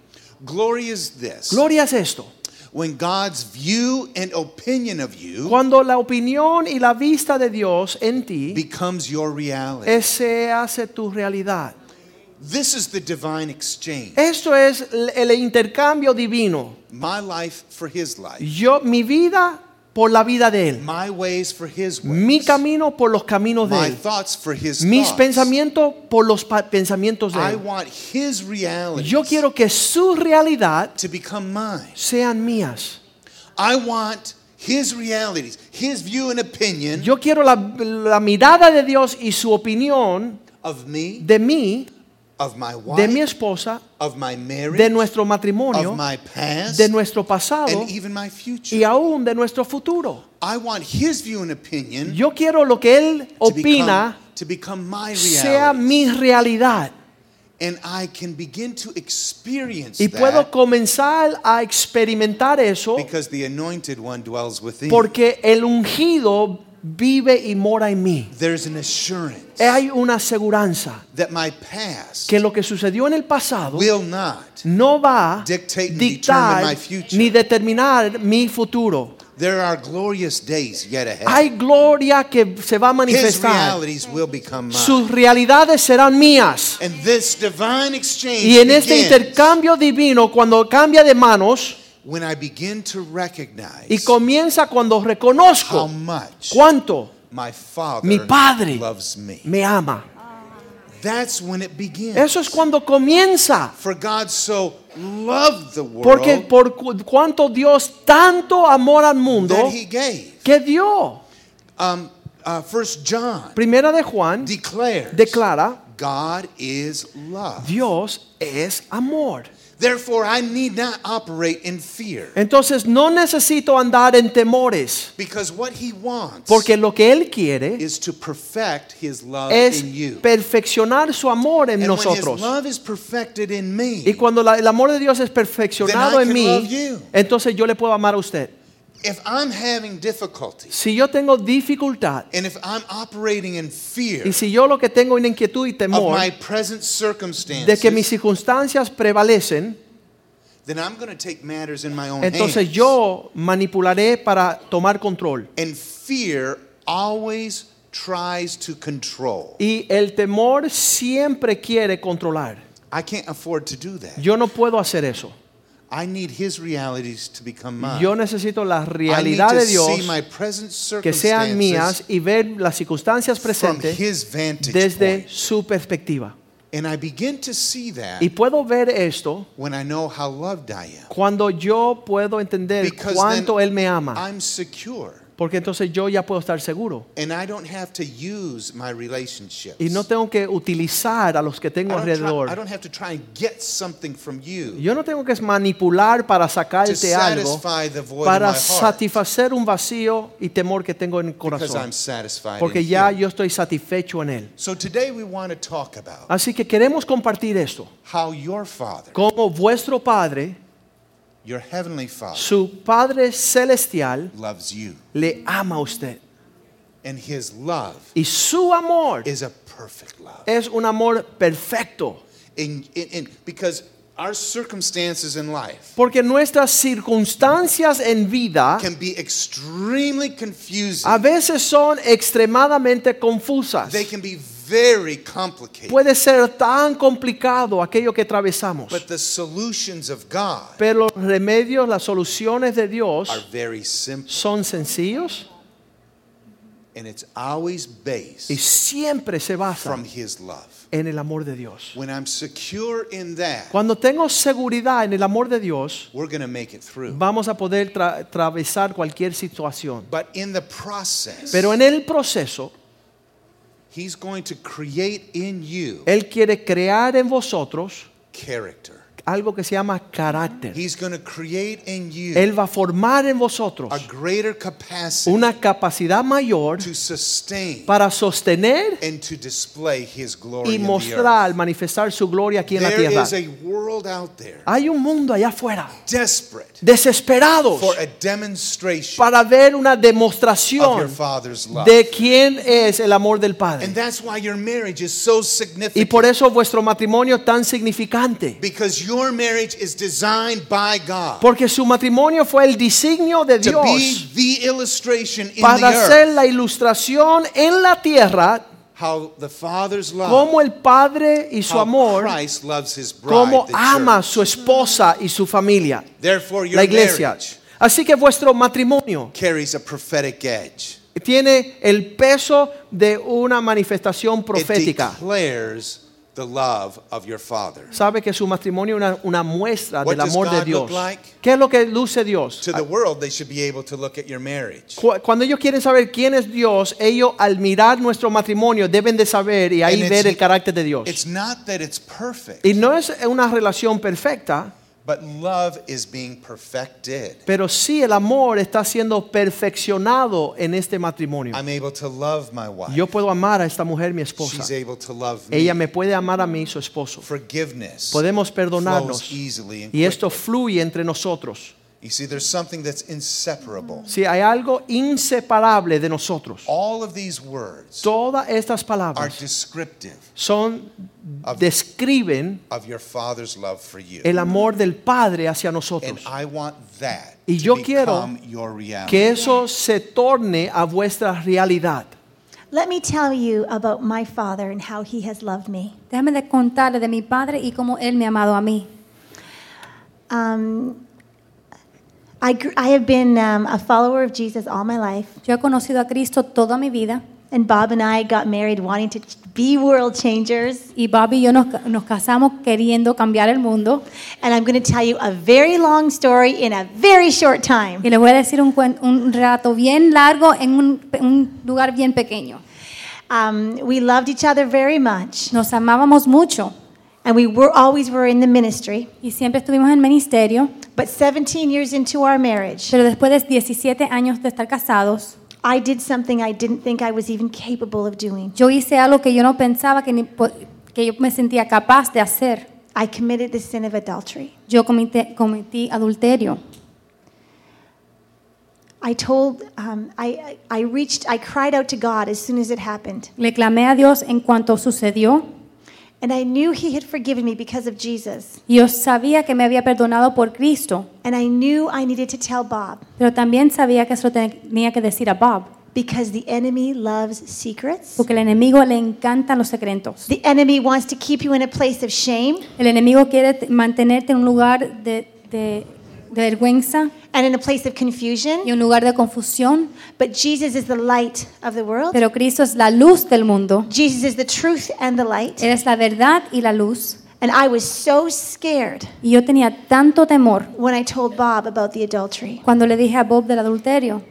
[SPEAKER 4] Glory is this.
[SPEAKER 2] Gloria es esto.
[SPEAKER 4] When God's view and opinion of you
[SPEAKER 2] Cuando la opinión y la vista de Dios en ti
[SPEAKER 4] becomes your reality.
[SPEAKER 2] eh, se hace tu realidad.
[SPEAKER 4] this is the divine exchange.
[SPEAKER 2] Esto es el el intercambio divino.
[SPEAKER 4] my life for his life.
[SPEAKER 2] Yo mi vida por la vida de él,
[SPEAKER 4] My ways for his ways.
[SPEAKER 2] mi camino por los caminos de
[SPEAKER 4] my
[SPEAKER 2] él,
[SPEAKER 4] thoughts for his
[SPEAKER 2] mis
[SPEAKER 4] thoughts.
[SPEAKER 2] pensamientos por los pa- pensamientos de
[SPEAKER 4] I
[SPEAKER 2] él.
[SPEAKER 4] want his reality
[SPEAKER 2] Yo quiero que su realidad
[SPEAKER 4] to become mine.
[SPEAKER 2] sean mías.
[SPEAKER 4] I want his realities, his view and opinion
[SPEAKER 2] Yo quiero la, la mirada de Dios y su opinión
[SPEAKER 4] of me,
[SPEAKER 2] de mí,
[SPEAKER 4] of my wife,
[SPEAKER 2] de mi esposa,
[SPEAKER 4] of my marriage,
[SPEAKER 2] de nuestro
[SPEAKER 4] of
[SPEAKER 2] matrimonio,
[SPEAKER 4] my past,
[SPEAKER 2] de nuestro pasado
[SPEAKER 4] and even my future.
[SPEAKER 2] y aún de nuestro futuro.
[SPEAKER 4] I want his view and opinion
[SPEAKER 2] Yo quiero lo que él
[SPEAKER 4] to, become,
[SPEAKER 2] opina
[SPEAKER 4] to become my
[SPEAKER 2] sea
[SPEAKER 4] reality.
[SPEAKER 2] mi realidad.
[SPEAKER 4] And I can begin to experience
[SPEAKER 2] Y puedo
[SPEAKER 4] that
[SPEAKER 2] comenzar a experimentar eso
[SPEAKER 4] because the anointed one dwells within.
[SPEAKER 2] porque el ungido vive y mora en mí.
[SPEAKER 4] There's an assurance
[SPEAKER 2] Hay una aseguranza
[SPEAKER 4] that my past
[SPEAKER 2] que lo que sucedió en el pasado
[SPEAKER 4] will not.
[SPEAKER 2] no va a
[SPEAKER 4] Dictate and
[SPEAKER 2] dictar
[SPEAKER 4] determine my future.
[SPEAKER 2] ni determinar mi futuro.
[SPEAKER 4] There are glorious days yet ahead.
[SPEAKER 2] Hay gloria que se va a
[SPEAKER 4] His
[SPEAKER 2] manifestar.
[SPEAKER 4] realities will become mine.
[SPEAKER 2] Sus realidades serán mías.
[SPEAKER 4] and this divine exchange
[SPEAKER 2] Y en este
[SPEAKER 4] begins
[SPEAKER 2] intercambio divino, cuando cambia de manos
[SPEAKER 4] when I begin to recognize
[SPEAKER 2] y comienza cuando
[SPEAKER 4] how
[SPEAKER 2] reconozco
[SPEAKER 4] much
[SPEAKER 2] cuánto
[SPEAKER 4] my Father
[SPEAKER 2] Mi padre
[SPEAKER 4] loves me.
[SPEAKER 2] me ama.
[SPEAKER 4] That's when it begins.
[SPEAKER 2] Eso es cuando comienza.
[SPEAKER 4] For God so loved the world
[SPEAKER 2] Porque por cu- cuanto Dios tanto amor al mundo
[SPEAKER 4] that He gave.
[SPEAKER 2] que dio.
[SPEAKER 4] Um, uh, First John
[SPEAKER 2] Primera de Juan
[SPEAKER 4] declares
[SPEAKER 2] declara,
[SPEAKER 4] God is love.
[SPEAKER 2] Dios es amor.
[SPEAKER 4] Therefore, I need not operate in fear
[SPEAKER 2] Entonces no necesito andar en temores,
[SPEAKER 4] because what He wants
[SPEAKER 2] porque lo que Él quiere
[SPEAKER 4] is to perfect His love
[SPEAKER 2] es
[SPEAKER 4] in you.
[SPEAKER 2] perfeccionar su amor en
[SPEAKER 4] and when His
[SPEAKER 2] nosotros.
[SPEAKER 4] love is perfected in me,
[SPEAKER 2] Y cuando la- el amor de Dios es perfeccionado
[SPEAKER 4] Then
[SPEAKER 2] en
[SPEAKER 4] I can
[SPEAKER 2] mí,
[SPEAKER 4] love you.
[SPEAKER 2] entonces yo le puedo amar a usted.
[SPEAKER 4] if I'm having difficulty
[SPEAKER 2] Si yo tengo dificultad
[SPEAKER 4] and if I'm operating in fear
[SPEAKER 2] y si yo lo que tengo es inquietud y
[SPEAKER 4] of
[SPEAKER 2] temor
[SPEAKER 4] my present circumstances,
[SPEAKER 2] de que mis circunstancias prevalecen,
[SPEAKER 4] then I'm going to take matters in my own
[SPEAKER 2] entonces
[SPEAKER 4] hands.
[SPEAKER 2] yo manipularé para tomar control.
[SPEAKER 4] and fear always tries to control.
[SPEAKER 2] Y el temor siempre quiere controlar.
[SPEAKER 4] I can't afford to do that.
[SPEAKER 2] Yo no puedo hacer eso.
[SPEAKER 4] I need His realities to become mine.
[SPEAKER 2] Yo necesito la
[SPEAKER 4] Ah. I need
[SPEAKER 2] realidad
[SPEAKER 4] to
[SPEAKER 2] de
[SPEAKER 4] see my
[SPEAKER 2] Dios
[SPEAKER 4] present
[SPEAKER 2] que sean mías
[SPEAKER 4] circumstances
[SPEAKER 2] y ver las circunstancias
[SPEAKER 4] from
[SPEAKER 2] presentes
[SPEAKER 4] His vantage
[SPEAKER 2] desde
[SPEAKER 4] point.
[SPEAKER 2] su perspectiva.
[SPEAKER 4] And I begin to see that
[SPEAKER 2] Y puedo ver esto
[SPEAKER 4] when I know how loved I am.
[SPEAKER 2] cuando yo puedo entender
[SPEAKER 4] Because
[SPEAKER 2] cuánto
[SPEAKER 4] then
[SPEAKER 2] Él me ama,
[SPEAKER 4] I'm secure.
[SPEAKER 2] porque entonces yo ya puedo estar seguro.
[SPEAKER 4] And I don't have to use my relationships.
[SPEAKER 2] Y no tengo que utilizar a los que
[SPEAKER 4] I
[SPEAKER 2] tengo
[SPEAKER 4] don't, try, I
[SPEAKER 2] alrededor.
[SPEAKER 4] don't have to try and get something from you
[SPEAKER 2] Yo no tengo que manipular para sacarte algo,
[SPEAKER 4] satisfy the void in
[SPEAKER 2] para
[SPEAKER 4] my heart.
[SPEAKER 2] satisfacer un vacío y temor que tengo en el
[SPEAKER 4] because I'm
[SPEAKER 2] corazón,
[SPEAKER 4] satisfied.
[SPEAKER 2] porque
[SPEAKER 4] in
[SPEAKER 2] ya
[SPEAKER 4] Him.
[SPEAKER 2] yo estoy satisfecho en Él.
[SPEAKER 4] So today we want to talk about
[SPEAKER 2] Así que queremos compartir esto.
[SPEAKER 4] how your Father,
[SPEAKER 2] Como vuestro Padre,
[SPEAKER 4] your Heavenly Father,
[SPEAKER 2] su Padre Celestial,
[SPEAKER 4] loves you.
[SPEAKER 2] le ama a usted.
[SPEAKER 4] And His love
[SPEAKER 2] Y su amor
[SPEAKER 4] is a perfect love.
[SPEAKER 2] es un amor perfecto.
[SPEAKER 4] In, in, in, because our circumstances in life
[SPEAKER 2] Porque nuestras circunstancias en vida
[SPEAKER 4] can be extremely confusing.
[SPEAKER 2] Ah. a veces son extremadamente confusas.
[SPEAKER 4] They can be very complicated.
[SPEAKER 2] Puede ser tan complicado aquello que atravesamos.
[SPEAKER 4] But the solutions of God
[SPEAKER 2] Pero los remedios, las soluciones de
[SPEAKER 4] are
[SPEAKER 2] Dios
[SPEAKER 4] very simple.
[SPEAKER 2] son sencillos
[SPEAKER 4] And it's always
[SPEAKER 2] y
[SPEAKER 4] based
[SPEAKER 2] siempre se
[SPEAKER 4] from
[SPEAKER 2] basan
[SPEAKER 4] His love.
[SPEAKER 2] en el amor de Dios.
[SPEAKER 4] When I'm secure in that,
[SPEAKER 2] Cuando tengo seguridad en el amor de Dios,
[SPEAKER 4] we're going to make it through.
[SPEAKER 2] vamos a poder tra- atravesar cualquier situación.
[SPEAKER 4] But in the process,
[SPEAKER 2] Pero en el proceso,
[SPEAKER 4] He's going to create in you
[SPEAKER 2] Él quiere crear en vosotros
[SPEAKER 4] character.
[SPEAKER 2] algo que se llama carácter.
[SPEAKER 4] He's going to create in you
[SPEAKER 2] Él va a formar en
[SPEAKER 4] a
[SPEAKER 2] vosotros
[SPEAKER 4] greater capacity
[SPEAKER 2] una capacidad mayor
[SPEAKER 4] to sustain
[SPEAKER 2] para sostener
[SPEAKER 4] and to display His glory
[SPEAKER 2] y
[SPEAKER 4] in the earth.
[SPEAKER 2] mostrar, manifestar su gloria aquí en la
[SPEAKER 4] There
[SPEAKER 2] tierra. Ah.
[SPEAKER 4] is a world out there
[SPEAKER 2] Hay un mundo allá afuera,
[SPEAKER 4] desperate
[SPEAKER 2] desesperados
[SPEAKER 4] for a demonstration
[SPEAKER 2] para ver una
[SPEAKER 4] of your
[SPEAKER 2] demostración
[SPEAKER 4] Father's love.
[SPEAKER 2] de quién es el amor del
[SPEAKER 4] And
[SPEAKER 2] Padre.
[SPEAKER 4] that's why your marriage is so
[SPEAKER 2] Y
[SPEAKER 4] significant.
[SPEAKER 2] por eso vuestro matrimonio es tan significante.
[SPEAKER 4] because your marriage is designed by God
[SPEAKER 2] Porque su matrimonio fue el designio de
[SPEAKER 4] to be
[SPEAKER 2] Dios
[SPEAKER 4] the illustration in the
[SPEAKER 2] para ser
[SPEAKER 4] earth
[SPEAKER 2] la ilustración en la tierra
[SPEAKER 4] how the Father's love,
[SPEAKER 2] cómo el Padre y su
[SPEAKER 4] Ah. how
[SPEAKER 2] amor,
[SPEAKER 4] Christ loves His bride,
[SPEAKER 2] cómo
[SPEAKER 4] the
[SPEAKER 2] ama a
[SPEAKER 4] church.
[SPEAKER 2] su esposa y su familia,
[SPEAKER 4] Therefore, your
[SPEAKER 2] la iglesia.
[SPEAKER 4] marriage
[SPEAKER 2] Así que vuestro matrimonio
[SPEAKER 4] carries a prophetic edge.
[SPEAKER 2] tiene el peso de una manifestación profética.
[SPEAKER 4] It declares the love of your Father.
[SPEAKER 2] Sabe que su matrimonio es una, una muestra
[SPEAKER 4] What
[SPEAKER 2] del
[SPEAKER 4] does
[SPEAKER 2] amor de
[SPEAKER 4] God
[SPEAKER 2] Dios.
[SPEAKER 4] look like?
[SPEAKER 2] ¿Qué es lo que luce Dios? Ah,
[SPEAKER 4] To the world, they should be able to look at your marriage.
[SPEAKER 2] Cu- Cuando ellos quieren saber quién es Dios, ellos al mirar nuestro matrimonio deben de saber y
[SPEAKER 4] And
[SPEAKER 2] ahí
[SPEAKER 4] it's-
[SPEAKER 2] ver el carácter de Dios.
[SPEAKER 4] It's not that it's perfect,
[SPEAKER 2] Y no es una relación perfecta,
[SPEAKER 4] but love is being perfected.
[SPEAKER 2] Pero sí el amor está siendo perfeccionado en este matrimonio.
[SPEAKER 4] I'm able to love my wife.
[SPEAKER 2] Yo puedo amar a esta mujer, mi
[SPEAKER 4] She's
[SPEAKER 2] esposa.
[SPEAKER 4] able to love me.
[SPEAKER 2] Ella me puede amar a mí, su esposo.
[SPEAKER 4] Forgiveness
[SPEAKER 2] Podemos
[SPEAKER 4] flows
[SPEAKER 2] perdonarnos.
[SPEAKER 4] easily and
[SPEAKER 2] Y esto
[SPEAKER 4] quickly.
[SPEAKER 2] fluye entre nosotros.
[SPEAKER 4] You see, there's something that's inseparable.
[SPEAKER 2] Si hay algo inseparable de nosotros,
[SPEAKER 4] All of these words
[SPEAKER 2] todas estas
[SPEAKER 4] are
[SPEAKER 2] palabras
[SPEAKER 4] descriptive
[SPEAKER 2] son
[SPEAKER 4] of,
[SPEAKER 2] describen
[SPEAKER 4] of your Father's love for you.
[SPEAKER 2] el amor del Padre hacia
[SPEAKER 4] And
[SPEAKER 2] nosotros.
[SPEAKER 4] I want that
[SPEAKER 2] Y
[SPEAKER 4] to
[SPEAKER 2] yo quiero
[SPEAKER 4] become your reality.
[SPEAKER 2] Que eso se torne a vuestra realidad.
[SPEAKER 5] Let me tell you about my father and how he has loved me.
[SPEAKER 3] Déjame de contarle de mi padre y cómo él me ha amado a mí.
[SPEAKER 5] Um, I, gr- I have been um, a follower of Jesus all my life,
[SPEAKER 3] Yo he conocido a Cristo toda mi vida
[SPEAKER 1] And Bob and I got married wanting to be world changers.
[SPEAKER 3] Y Bobby y yo nos, ca- nos casamos queriendo cambiar el mundo.
[SPEAKER 1] And I'm going to tell you a very long story in a very short time.
[SPEAKER 3] Y les voy a decir un, cuen- un relato bien largo en un, pe- un lugar bien pequeño.
[SPEAKER 1] Um, we loved each other very much,
[SPEAKER 3] Nos amábamos mucho
[SPEAKER 1] and we were always were in the ministry.
[SPEAKER 3] y siempre estuvimos en ministerio,
[SPEAKER 1] But 17 years into our marriage,
[SPEAKER 3] pero después de 17 años de estar casados,
[SPEAKER 1] I did something I didn't think I was even capable of doing.
[SPEAKER 3] yo hice algo que yo no pensaba que, ni po- que yo me sentía capaz de hacer.
[SPEAKER 1] I committed the sin of adultery.
[SPEAKER 3] Yo comité- cometí adulterio.
[SPEAKER 1] I told, um, I, I I reached, I cried out to God as soon as it happened.
[SPEAKER 3] Le clamé a Dios en cuanto sucedió
[SPEAKER 1] And I knew He had forgiven me because of Jesus.
[SPEAKER 3] y yo sabía que me había perdonado por Cristo,
[SPEAKER 1] And I knew I needed to tell Bob
[SPEAKER 3] pero también sabía que eso tenía que decir a Bob,
[SPEAKER 1] because the enemy loves secrets.
[SPEAKER 3] porque el enemigo le encantan los secretos.
[SPEAKER 1] The enemy wants to keep you in a place of shame
[SPEAKER 3] El enemigo quiere t- mantenerte en un lugar de, de- de vergüenza
[SPEAKER 1] and in a place of
[SPEAKER 3] y
[SPEAKER 1] confusion.
[SPEAKER 3] un lugar de confusión,
[SPEAKER 1] But Jesus is the light of the world.
[SPEAKER 3] pero Cristo es la luz del mundo.
[SPEAKER 1] Jesus is the truth and the light.
[SPEAKER 3] Él es la verdad y la luz.
[SPEAKER 1] And I was so scared
[SPEAKER 3] Y yo tenía tanto temor
[SPEAKER 1] when I told Bob about the adultery.
[SPEAKER 3] cuando le dije a Bob del adulterio.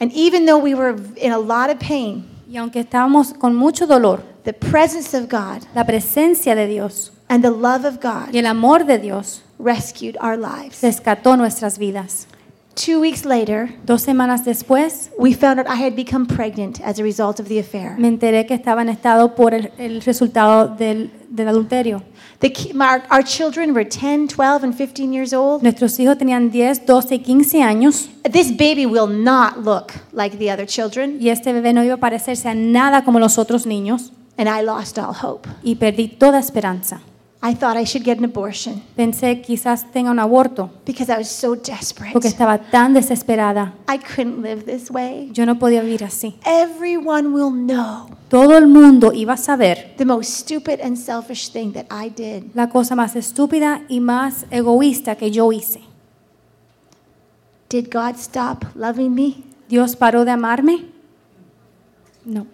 [SPEAKER 1] And even though we were in a lot of pain,
[SPEAKER 3] Y aunque estábamos con mucho dolor,
[SPEAKER 1] the presence of God
[SPEAKER 3] la presencia de Dios
[SPEAKER 1] and the love of
[SPEAKER 3] y
[SPEAKER 1] God
[SPEAKER 3] el amor de Dios
[SPEAKER 1] rescued our lives.
[SPEAKER 3] rescató nuestras vidas.
[SPEAKER 1] Two weeks later,
[SPEAKER 3] Dos semanas después,
[SPEAKER 1] we found out I had become pregnant as a result of the affair.
[SPEAKER 3] me enteré que estaba en estado por el, el resultado del, del adulterio.
[SPEAKER 1] The, ki- our, our children were 10, 12, and 15 years old.
[SPEAKER 3] Nuestros hijos tenían 10, 12 y 15 años
[SPEAKER 1] This baby will not look like the other children,
[SPEAKER 3] y este bebé no iba a parecerse a nada como los otros niños
[SPEAKER 1] and I lost all hope.
[SPEAKER 3] y perdí toda esperanza.
[SPEAKER 1] I thought I should get an abortion
[SPEAKER 3] Pensé quizás tenga un aborto
[SPEAKER 1] because I was so desperate.
[SPEAKER 3] porque estaba tan desesperada.
[SPEAKER 1] I couldn't live this way.
[SPEAKER 3] Yo no podía vivir así.
[SPEAKER 1] Everyone will know
[SPEAKER 3] Todo el mundo iba a saber
[SPEAKER 1] the most stupid and selfish thing that I did.
[SPEAKER 3] la cosa más estúpida y más egoísta que yo hice.
[SPEAKER 1] Did God stop loving me?
[SPEAKER 3] ¿Dios paró de amarme? No.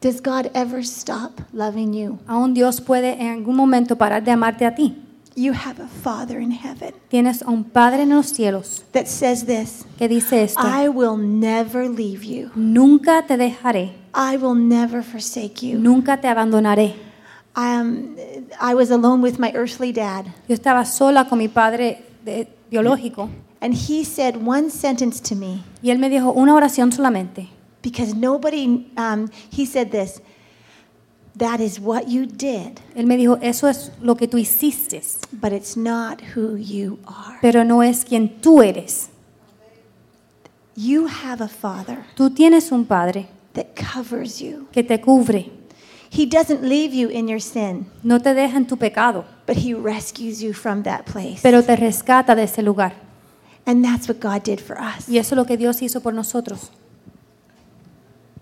[SPEAKER 1] Does God ever stop loving you?
[SPEAKER 3] Aún Dios puede en algún momento parar de amarte a ti.
[SPEAKER 1] You have a Father in heaven
[SPEAKER 3] Tienes a un Padre en los cielos
[SPEAKER 1] that says this
[SPEAKER 3] que dice esto.
[SPEAKER 1] I will never leave you,
[SPEAKER 3] Nunca te dejaré,
[SPEAKER 1] I will never forsake you.
[SPEAKER 3] nunca te abandonaré.
[SPEAKER 1] I, um, I was alone with my earthly dad,
[SPEAKER 3] Yo estaba sola con mi padre de- biológico
[SPEAKER 1] and he said one sentence to me
[SPEAKER 3] y él me dijo una oración solamente.
[SPEAKER 1] because nobody, um, he said this that is what you did,
[SPEAKER 3] Él me dijo, eso es lo que tú hiciste,
[SPEAKER 1] but it's not who you are.
[SPEAKER 3] pero no es quien tú eres.
[SPEAKER 1] You have a Father
[SPEAKER 3] Tú tienes un Padre
[SPEAKER 1] that covers you.
[SPEAKER 3] que te cubre,
[SPEAKER 1] He doesn't leave you in your sin,
[SPEAKER 3] no te deja en tu pecado,
[SPEAKER 1] but He rescues you from that place.
[SPEAKER 3] pero te rescata de ese lugar.
[SPEAKER 1] And that's what God did for us.
[SPEAKER 3] Y eso es lo que Dios hizo por nosotros.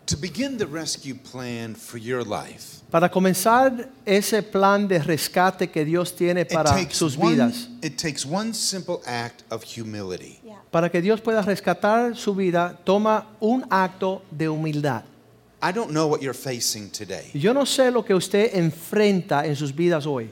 [SPEAKER 4] To begin the rescue plan for your life,
[SPEAKER 2] Para comenzar ese plan de rescate que Dios tiene
[SPEAKER 4] it
[SPEAKER 2] para
[SPEAKER 4] takes
[SPEAKER 2] sus
[SPEAKER 4] one-
[SPEAKER 2] vidas,
[SPEAKER 4] it takes one simple act of humility.
[SPEAKER 2] para que Dios pueda rescatar su vida, toma un acto de humildad.
[SPEAKER 4] I don't know what you're facing today,
[SPEAKER 2] Yo no sé lo que usted enfrenta en sus vidas hoy,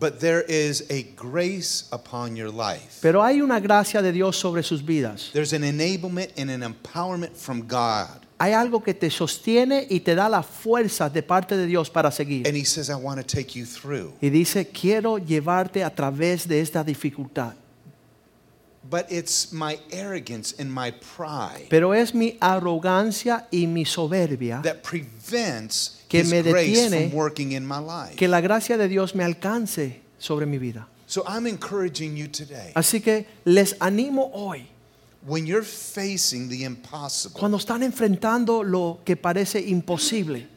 [SPEAKER 4] but there is a grace upon your life.
[SPEAKER 2] pero hay una gracia de Dios sobre sus vidas.
[SPEAKER 4] There's an enablement and an empowerment from God.
[SPEAKER 2] Hay algo que te sostiene y te da la fuerza de parte de Dios para seguir.
[SPEAKER 4] And He says, I want to take you through.
[SPEAKER 2] Y dice, quiero llevarte a través de esta dificultad.
[SPEAKER 4] But it's my arrogance and my pride
[SPEAKER 2] Pero es mi arrogancia y mi soberbia
[SPEAKER 4] that prevents
[SPEAKER 2] Que
[SPEAKER 4] His
[SPEAKER 2] me
[SPEAKER 4] grace
[SPEAKER 2] detiene
[SPEAKER 4] from working in my life.
[SPEAKER 2] que la gracia de Dios me alcance sobre mi vida.
[SPEAKER 4] So I'm encouraging you today.
[SPEAKER 2] Así que les animo hoy,
[SPEAKER 4] When you're facing the impossible,
[SPEAKER 2] cuando están enfrentando lo que parece imposible,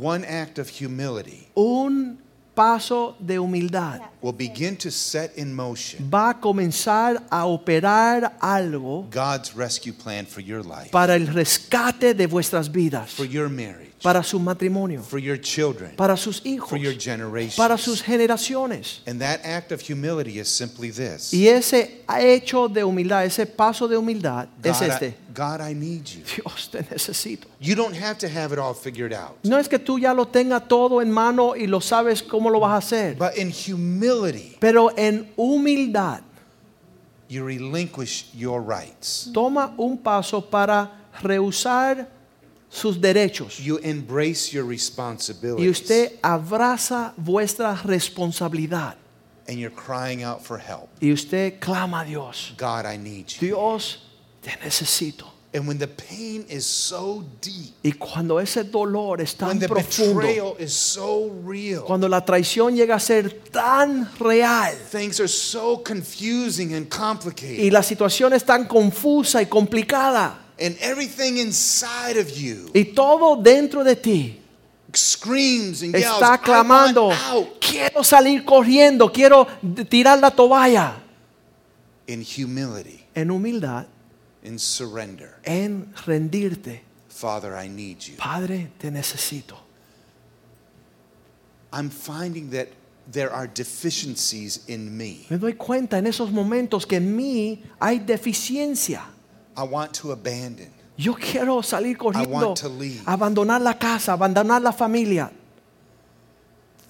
[SPEAKER 4] one act of humility
[SPEAKER 2] un paso de humildad
[SPEAKER 4] will begin to set in motion
[SPEAKER 2] va a comenzar a operar algo
[SPEAKER 4] God's rescue plan for your life,
[SPEAKER 2] para el rescate de vuestras vidas,
[SPEAKER 4] for your marriage,
[SPEAKER 2] para su matrimonio,
[SPEAKER 4] for your children,
[SPEAKER 2] para sus hijos,
[SPEAKER 4] for your generations.
[SPEAKER 2] para sus generaciones.
[SPEAKER 4] and that act of humility is simply this
[SPEAKER 2] Y ese hecho de humildad, ese paso de humildad es
[SPEAKER 4] God,
[SPEAKER 2] este.
[SPEAKER 4] I, God, I need you.
[SPEAKER 2] Dios, te necesito.
[SPEAKER 4] You don't have to have it all figured out.
[SPEAKER 2] No es que tú ya lo tengas todo en mano y lo sabes cómo lo vas a hacer,
[SPEAKER 4] But in humility,
[SPEAKER 2] pero en humildad
[SPEAKER 4] you relinquish your rights.
[SPEAKER 2] toma un paso para rehusar sus derechos
[SPEAKER 4] You embrace your
[SPEAKER 2] y
[SPEAKER 4] responsibilities.
[SPEAKER 2] usted abraza vuestra responsabilidad
[SPEAKER 4] and you're crying out for help.
[SPEAKER 2] y usted clama a Dios.
[SPEAKER 4] God, I need you.
[SPEAKER 2] Dios, te necesito.
[SPEAKER 4] And when the pain is so deep,
[SPEAKER 2] Y cuando ese dolor es tan
[SPEAKER 4] when the
[SPEAKER 2] profundo,
[SPEAKER 4] betrayal is so real,
[SPEAKER 2] cuando la traición llega a ser tan real
[SPEAKER 4] things are so confusing and complicated,
[SPEAKER 2] y la situación es tan confusa y complicada
[SPEAKER 4] and everything inside of you
[SPEAKER 2] y todo dentro de ti
[SPEAKER 4] screams and yells,
[SPEAKER 2] está
[SPEAKER 4] I
[SPEAKER 2] clamando,
[SPEAKER 4] want out.
[SPEAKER 2] quiero salir corriendo, quiero d- tirar la toalla.
[SPEAKER 4] In humility,
[SPEAKER 2] En humildad,
[SPEAKER 4] in surrender,
[SPEAKER 2] en rendirte,
[SPEAKER 4] Father, I need you.
[SPEAKER 2] Padre, te necesito.
[SPEAKER 4] I'm finding that there are deficiencies in me.
[SPEAKER 2] Me doy cuenta en esos momentos que en mí hay deficiencia.
[SPEAKER 4] I want to abandon.
[SPEAKER 2] Yo quiero salir corriendo,
[SPEAKER 4] want to leave.
[SPEAKER 2] abandonar la casa, abandonar la familia.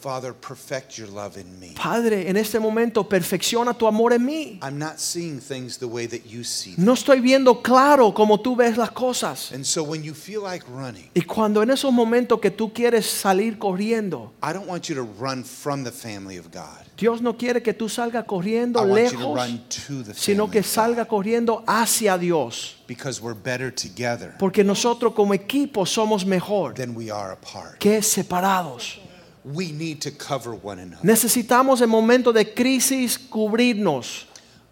[SPEAKER 4] Father, perfect your love in me.
[SPEAKER 2] Padre, en este momento perfecciona tu amor en mí.
[SPEAKER 4] I'm not seeing things the way that you see them.
[SPEAKER 2] No estoy viendo claro como tú ves las cosas.
[SPEAKER 4] And so when you feel like running,
[SPEAKER 2] Y cuando en esos momentos que tú quieres salir corriendo,
[SPEAKER 4] I don't want you to run from the family of God.
[SPEAKER 2] Dios no quiere que tú salgas corriendo
[SPEAKER 4] I want you to
[SPEAKER 2] lejos,
[SPEAKER 4] run to the
[SPEAKER 2] sino
[SPEAKER 4] family
[SPEAKER 2] que
[SPEAKER 4] of God
[SPEAKER 2] salga corriendo hacia Dios.
[SPEAKER 4] because we're better together
[SPEAKER 2] Porque nosotros como equipo somos mejor
[SPEAKER 4] than we are apart.
[SPEAKER 2] que separados.
[SPEAKER 4] We need to cover one another.
[SPEAKER 2] Necesitamos en momentos de crisis cubrirnos.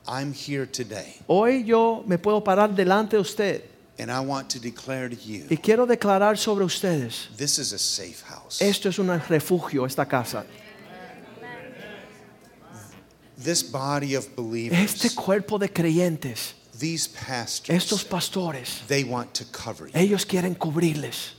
[SPEAKER 4] I'm here today
[SPEAKER 2] Hoy yo me puedo parar delante de usted
[SPEAKER 4] and I want to declare to
[SPEAKER 2] y
[SPEAKER 4] you
[SPEAKER 2] quiero declarar sobre ustedes.
[SPEAKER 4] this is a safe house.
[SPEAKER 2] Esto es un refugio, esta casa.
[SPEAKER 4] This body of
[SPEAKER 2] Este
[SPEAKER 4] believers,
[SPEAKER 2] cuerpo de creyentes,
[SPEAKER 4] these
[SPEAKER 2] estos
[SPEAKER 4] pastors,
[SPEAKER 2] pastores,
[SPEAKER 4] they want to cover you.
[SPEAKER 2] ellos quieren cubrirles.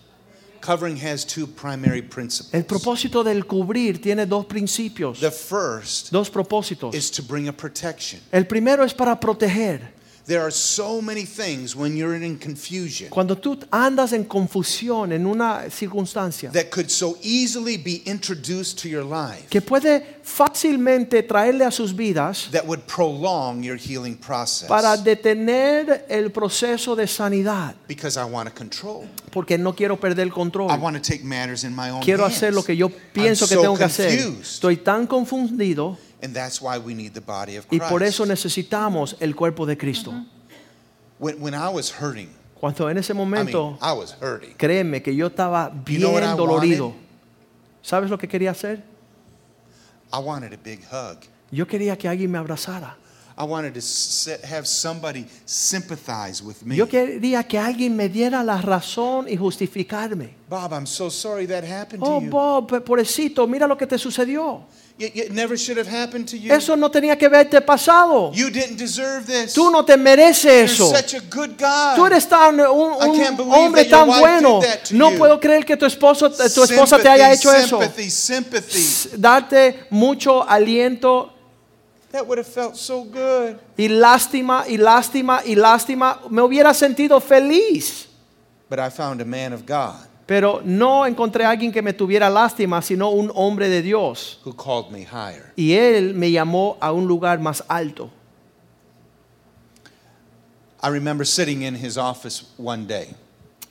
[SPEAKER 4] Covering has two primary
[SPEAKER 2] El
[SPEAKER 4] principles.
[SPEAKER 2] propósito del cubrir tiene dos principios,
[SPEAKER 4] The first
[SPEAKER 2] dos propósitos.
[SPEAKER 4] is to bring a protection.
[SPEAKER 2] El primero es para proteger.
[SPEAKER 4] There are so many things when you're in confusion
[SPEAKER 2] Cuando tú andas en confusión en una circunstancia
[SPEAKER 4] that could so easily be introduced to your life
[SPEAKER 2] que puede fácilmente traerle a sus vidas
[SPEAKER 4] that would prolong your healing process.
[SPEAKER 2] para detener el proceso de sanidad,
[SPEAKER 4] because I want to control.
[SPEAKER 2] porque no quiero perder el control.
[SPEAKER 4] I want to take matters in my own
[SPEAKER 2] Quiero
[SPEAKER 4] hands.
[SPEAKER 2] hacer lo que yo pienso
[SPEAKER 4] I'm
[SPEAKER 2] que
[SPEAKER 4] so
[SPEAKER 2] tengo que hacer.
[SPEAKER 4] confused.
[SPEAKER 2] Estoy tan confundido.
[SPEAKER 4] And that's why we need the body of
[SPEAKER 2] Y
[SPEAKER 4] Christ.
[SPEAKER 2] por eso necesitamos el cuerpo de Cristo.
[SPEAKER 4] when, when I was hurting,
[SPEAKER 2] Cuando en ese
[SPEAKER 4] I mean,
[SPEAKER 2] momento,
[SPEAKER 4] I was hurting.
[SPEAKER 2] créeme que yo estaba
[SPEAKER 4] You know what
[SPEAKER 2] bien
[SPEAKER 4] I
[SPEAKER 2] dolorido.
[SPEAKER 4] wanted?
[SPEAKER 2] ¿Sabes lo que quería hacer?
[SPEAKER 4] I wanted a big hug.
[SPEAKER 2] Yo quería que alguien me abrazara.
[SPEAKER 4] I wanted to sit, have somebody sympathize with me.
[SPEAKER 2] Yo quería que alguien me diera la razón y justificarme.
[SPEAKER 4] Bob, I'm so sorry that happened
[SPEAKER 2] Oh,
[SPEAKER 4] to you.
[SPEAKER 2] Bob, pe- pobrecito, mira lo que te sucedió.
[SPEAKER 4] It, it never should have happened to you.
[SPEAKER 2] Eso no tenía que haberte pasado.
[SPEAKER 4] You didn't deserve this.
[SPEAKER 2] Tú no te mereces eso.
[SPEAKER 4] You're such a good guy.
[SPEAKER 2] Tú eres tan un,
[SPEAKER 4] I
[SPEAKER 2] un
[SPEAKER 4] can't believe
[SPEAKER 2] hombre
[SPEAKER 4] that your
[SPEAKER 2] tan
[SPEAKER 4] wife
[SPEAKER 2] bueno.
[SPEAKER 4] did that to
[SPEAKER 2] No
[SPEAKER 4] you.
[SPEAKER 2] puedo creer que tu esposo, eh, tu esposa te haya hecho eso.
[SPEAKER 4] Sympathy, sympathy.
[SPEAKER 2] Darte mucho aliento
[SPEAKER 4] That would have felt so good.
[SPEAKER 2] y lástima y lástima y lástima. Me hubiera sentido feliz.
[SPEAKER 4] But I found a man of God
[SPEAKER 2] Pero no encontré a alguien que me tuviera lástima, sino un hombre de Dios.
[SPEAKER 4] who called me higher.
[SPEAKER 2] Y él me llamó a un lugar más alto.
[SPEAKER 4] I remember sitting in his office one day,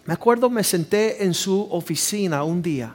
[SPEAKER 2] Me acuerdo, me senté en su oficina un día.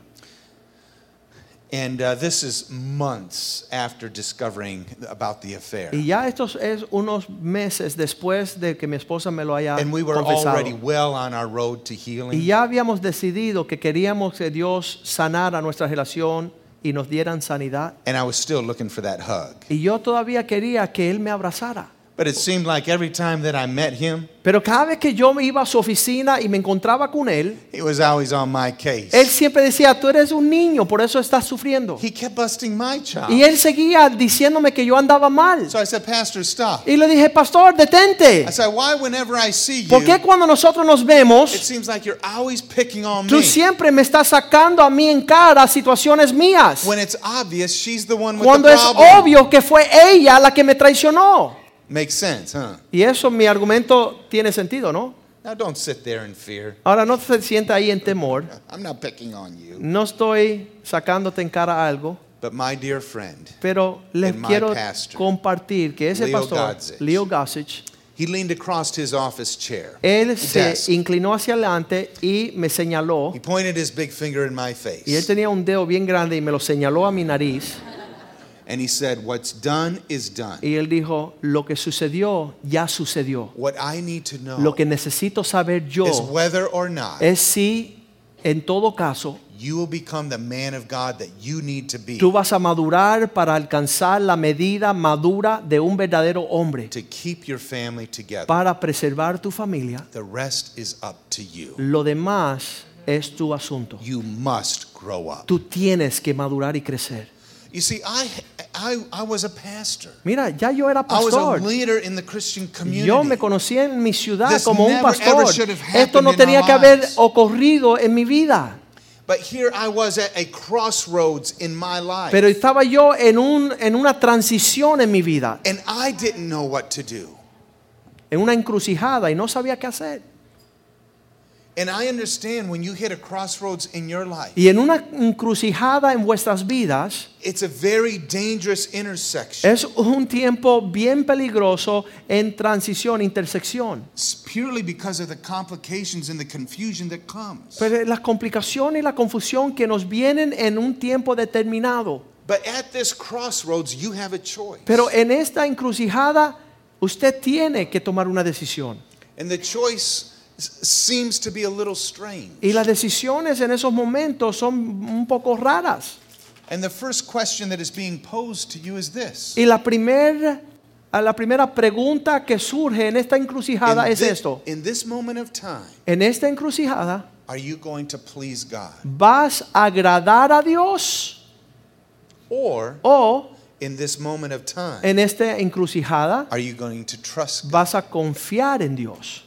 [SPEAKER 4] and uh, this is months after discovering about the affair.
[SPEAKER 2] Y ya estos es unos meses después de que mi esposa me lo haya
[SPEAKER 4] And we were
[SPEAKER 2] confesado.
[SPEAKER 4] already well on our road to healing.
[SPEAKER 2] Y ya habíamos decidido que queríamos que Dios sanara nuestra relación y nos dieran sanidad.
[SPEAKER 4] And I was still looking for that hug.
[SPEAKER 2] Y yo todavía quería que Él me abrazara.
[SPEAKER 4] But it seemed like every time that I met him,
[SPEAKER 2] Pero cada vez que yo me iba a su oficina y me encontraba con él,
[SPEAKER 4] he was always on my case.
[SPEAKER 2] él siempre decía, tú eres un niño, por eso estás sufriendo.
[SPEAKER 4] He kept busting my child.
[SPEAKER 2] Y él seguía diciéndome que yo andaba mal.
[SPEAKER 4] So I said, Pastor, stop.
[SPEAKER 2] Y le dije, pastor, detente.
[SPEAKER 4] I said, why whenever I see you,
[SPEAKER 2] ¿Por qué
[SPEAKER 4] it
[SPEAKER 2] cuando nosotros nos vemos,
[SPEAKER 4] seems like you're always picking on
[SPEAKER 2] tú
[SPEAKER 4] me?
[SPEAKER 2] siempre me estás sacando a mí en cara situaciones mías?
[SPEAKER 4] When it's obvious, she's the one with
[SPEAKER 2] Cuando
[SPEAKER 4] the
[SPEAKER 2] es
[SPEAKER 4] problem.
[SPEAKER 2] obvio que fue ella la que me traicionó.
[SPEAKER 4] Makes sense, huh?
[SPEAKER 2] Y eso, mi argumento tiene sentido, ¿no?
[SPEAKER 4] Now don't sit there in fear.
[SPEAKER 2] Ahora no te sienta ahí en temor.
[SPEAKER 4] I'm not picking on you.
[SPEAKER 2] No estoy sacándote en cara algo,
[SPEAKER 4] But my dear friend,
[SPEAKER 2] pero les
[SPEAKER 4] And my
[SPEAKER 2] quiero
[SPEAKER 4] pastor,
[SPEAKER 2] compartir que ese
[SPEAKER 4] Leo
[SPEAKER 2] pastor,
[SPEAKER 4] Gossage,
[SPEAKER 2] Leo Gossage,
[SPEAKER 4] he leaned across his office chair.
[SPEAKER 2] él se
[SPEAKER 4] desk.
[SPEAKER 2] inclinó hacia adelante y me señaló.
[SPEAKER 4] He pointed his big finger in my face.
[SPEAKER 2] Y él tenía un dedo bien grande y me lo señaló a mi nariz.
[SPEAKER 4] And he said, What's done is done.
[SPEAKER 2] Y él dijo, lo que sucedió, ya sucedió.
[SPEAKER 4] What I need to know
[SPEAKER 2] Lo que necesito saber yo
[SPEAKER 4] is whether or not
[SPEAKER 2] es si, en todo caso,
[SPEAKER 4] you will become the man of God that you need to be
[SPEAKER 2] tú vas a madurar para alcanzar la medida madura de un verdadero hombre
[SPEAKER 4] to keep your family together.
[SPEAKER 2] para preservar tu familia.
[SPEAKER 4] The rest is up to you.
[SPEAKER 2] Lo demás es tu asunto.
[SPEAKER 4] You must grow up.
[SPEAKER 2] Tú tienes que madurar y crecer.
[SPEAKER 4] You see, I, I, I was a pastor.
[SPEAKER 2] Mira, ya yo era
[SPEAKER 4] I was
[SPEAKER 2] pastor.
[SPEAKER 4] a leader in the Christian community.
[SPEAKER 2] Yo me conocí en mi ciudad
[SPEAKER 4] This
[SPEAKER 2] como un
[SPEAKER 4] never, ever
[SPEAKER 2] pastor.
[SPEAKER 4] should have happened
[SPEAKER 2] Esto no
[SPEAKER 4] in
[SPEAKER 2] tenía
[SPEAKER 4] our
[SPEAKER 2] que haber
[SPEAKER 4] lives.
[SPEAKER 2] ocurrido en mi vida.
[SPEAKER 4] But here I was at a crossroads in my life.
[SPEAKER 2] Pero estaba yo en, un, en una transición en mi vida,
[SPEAKER 4] and I didn't know what to do.
[SPEAKER 2] en una encrucijada y no sabía qué hacer.
[SPEAKER 4] And I understand when you hit a crossroads in your life,
[SPEAKER 2] Y en una encrucijada en vuestras vidas
[SPEAKER 4] it's a very dangerous intersection.
[SPEAKER 2] es un tiempo bien peligroso en transición, intersección.
[SPEAKER 4] It's purely because of the complications and the confusion that comes.
[SPEAKER 2] Pero las complicaciones y la confusión que nos vienen en un tiempo determinado.
[SPEAKER 4] But at this crossroads, you have a choice.
[SPEAKER 2] Pero eh- en esta encrucijada usted tiene que tomar una decisión.
[SPEAKER 4] and the choice s- seems to be a little strange.
[SPEAKER 2] Y las decisiones en esos momentos son un poco raras.
[SPEAKER 4] and the first question that is being posed to you is this.
[SPEAKER 2] Y la, primer- a la primera pregunta que surge en esta encrucijada
[SPEAKER 4] in,
[SPEAKER 2] es
[SPEAKER 4] thi-
[SPEAKER 2] esto.
[SPEAKER 4] in this moment of time,
[SPEAKER 2] En esta encrucijada,
[SPEAKER 4] are you going to please God?
[SPEAKER 2] ¿vas a agradar a Dios?
[SPEAKER 4] Or
[SPEAKER 2] ¿O
[SPEAKER 4] in this moment of time,
[SPEAKER 2] en esta encrucijada
[SPEAKER 4] are you going to trust God?
[SPEAKER 2] vas a confiar en Dios?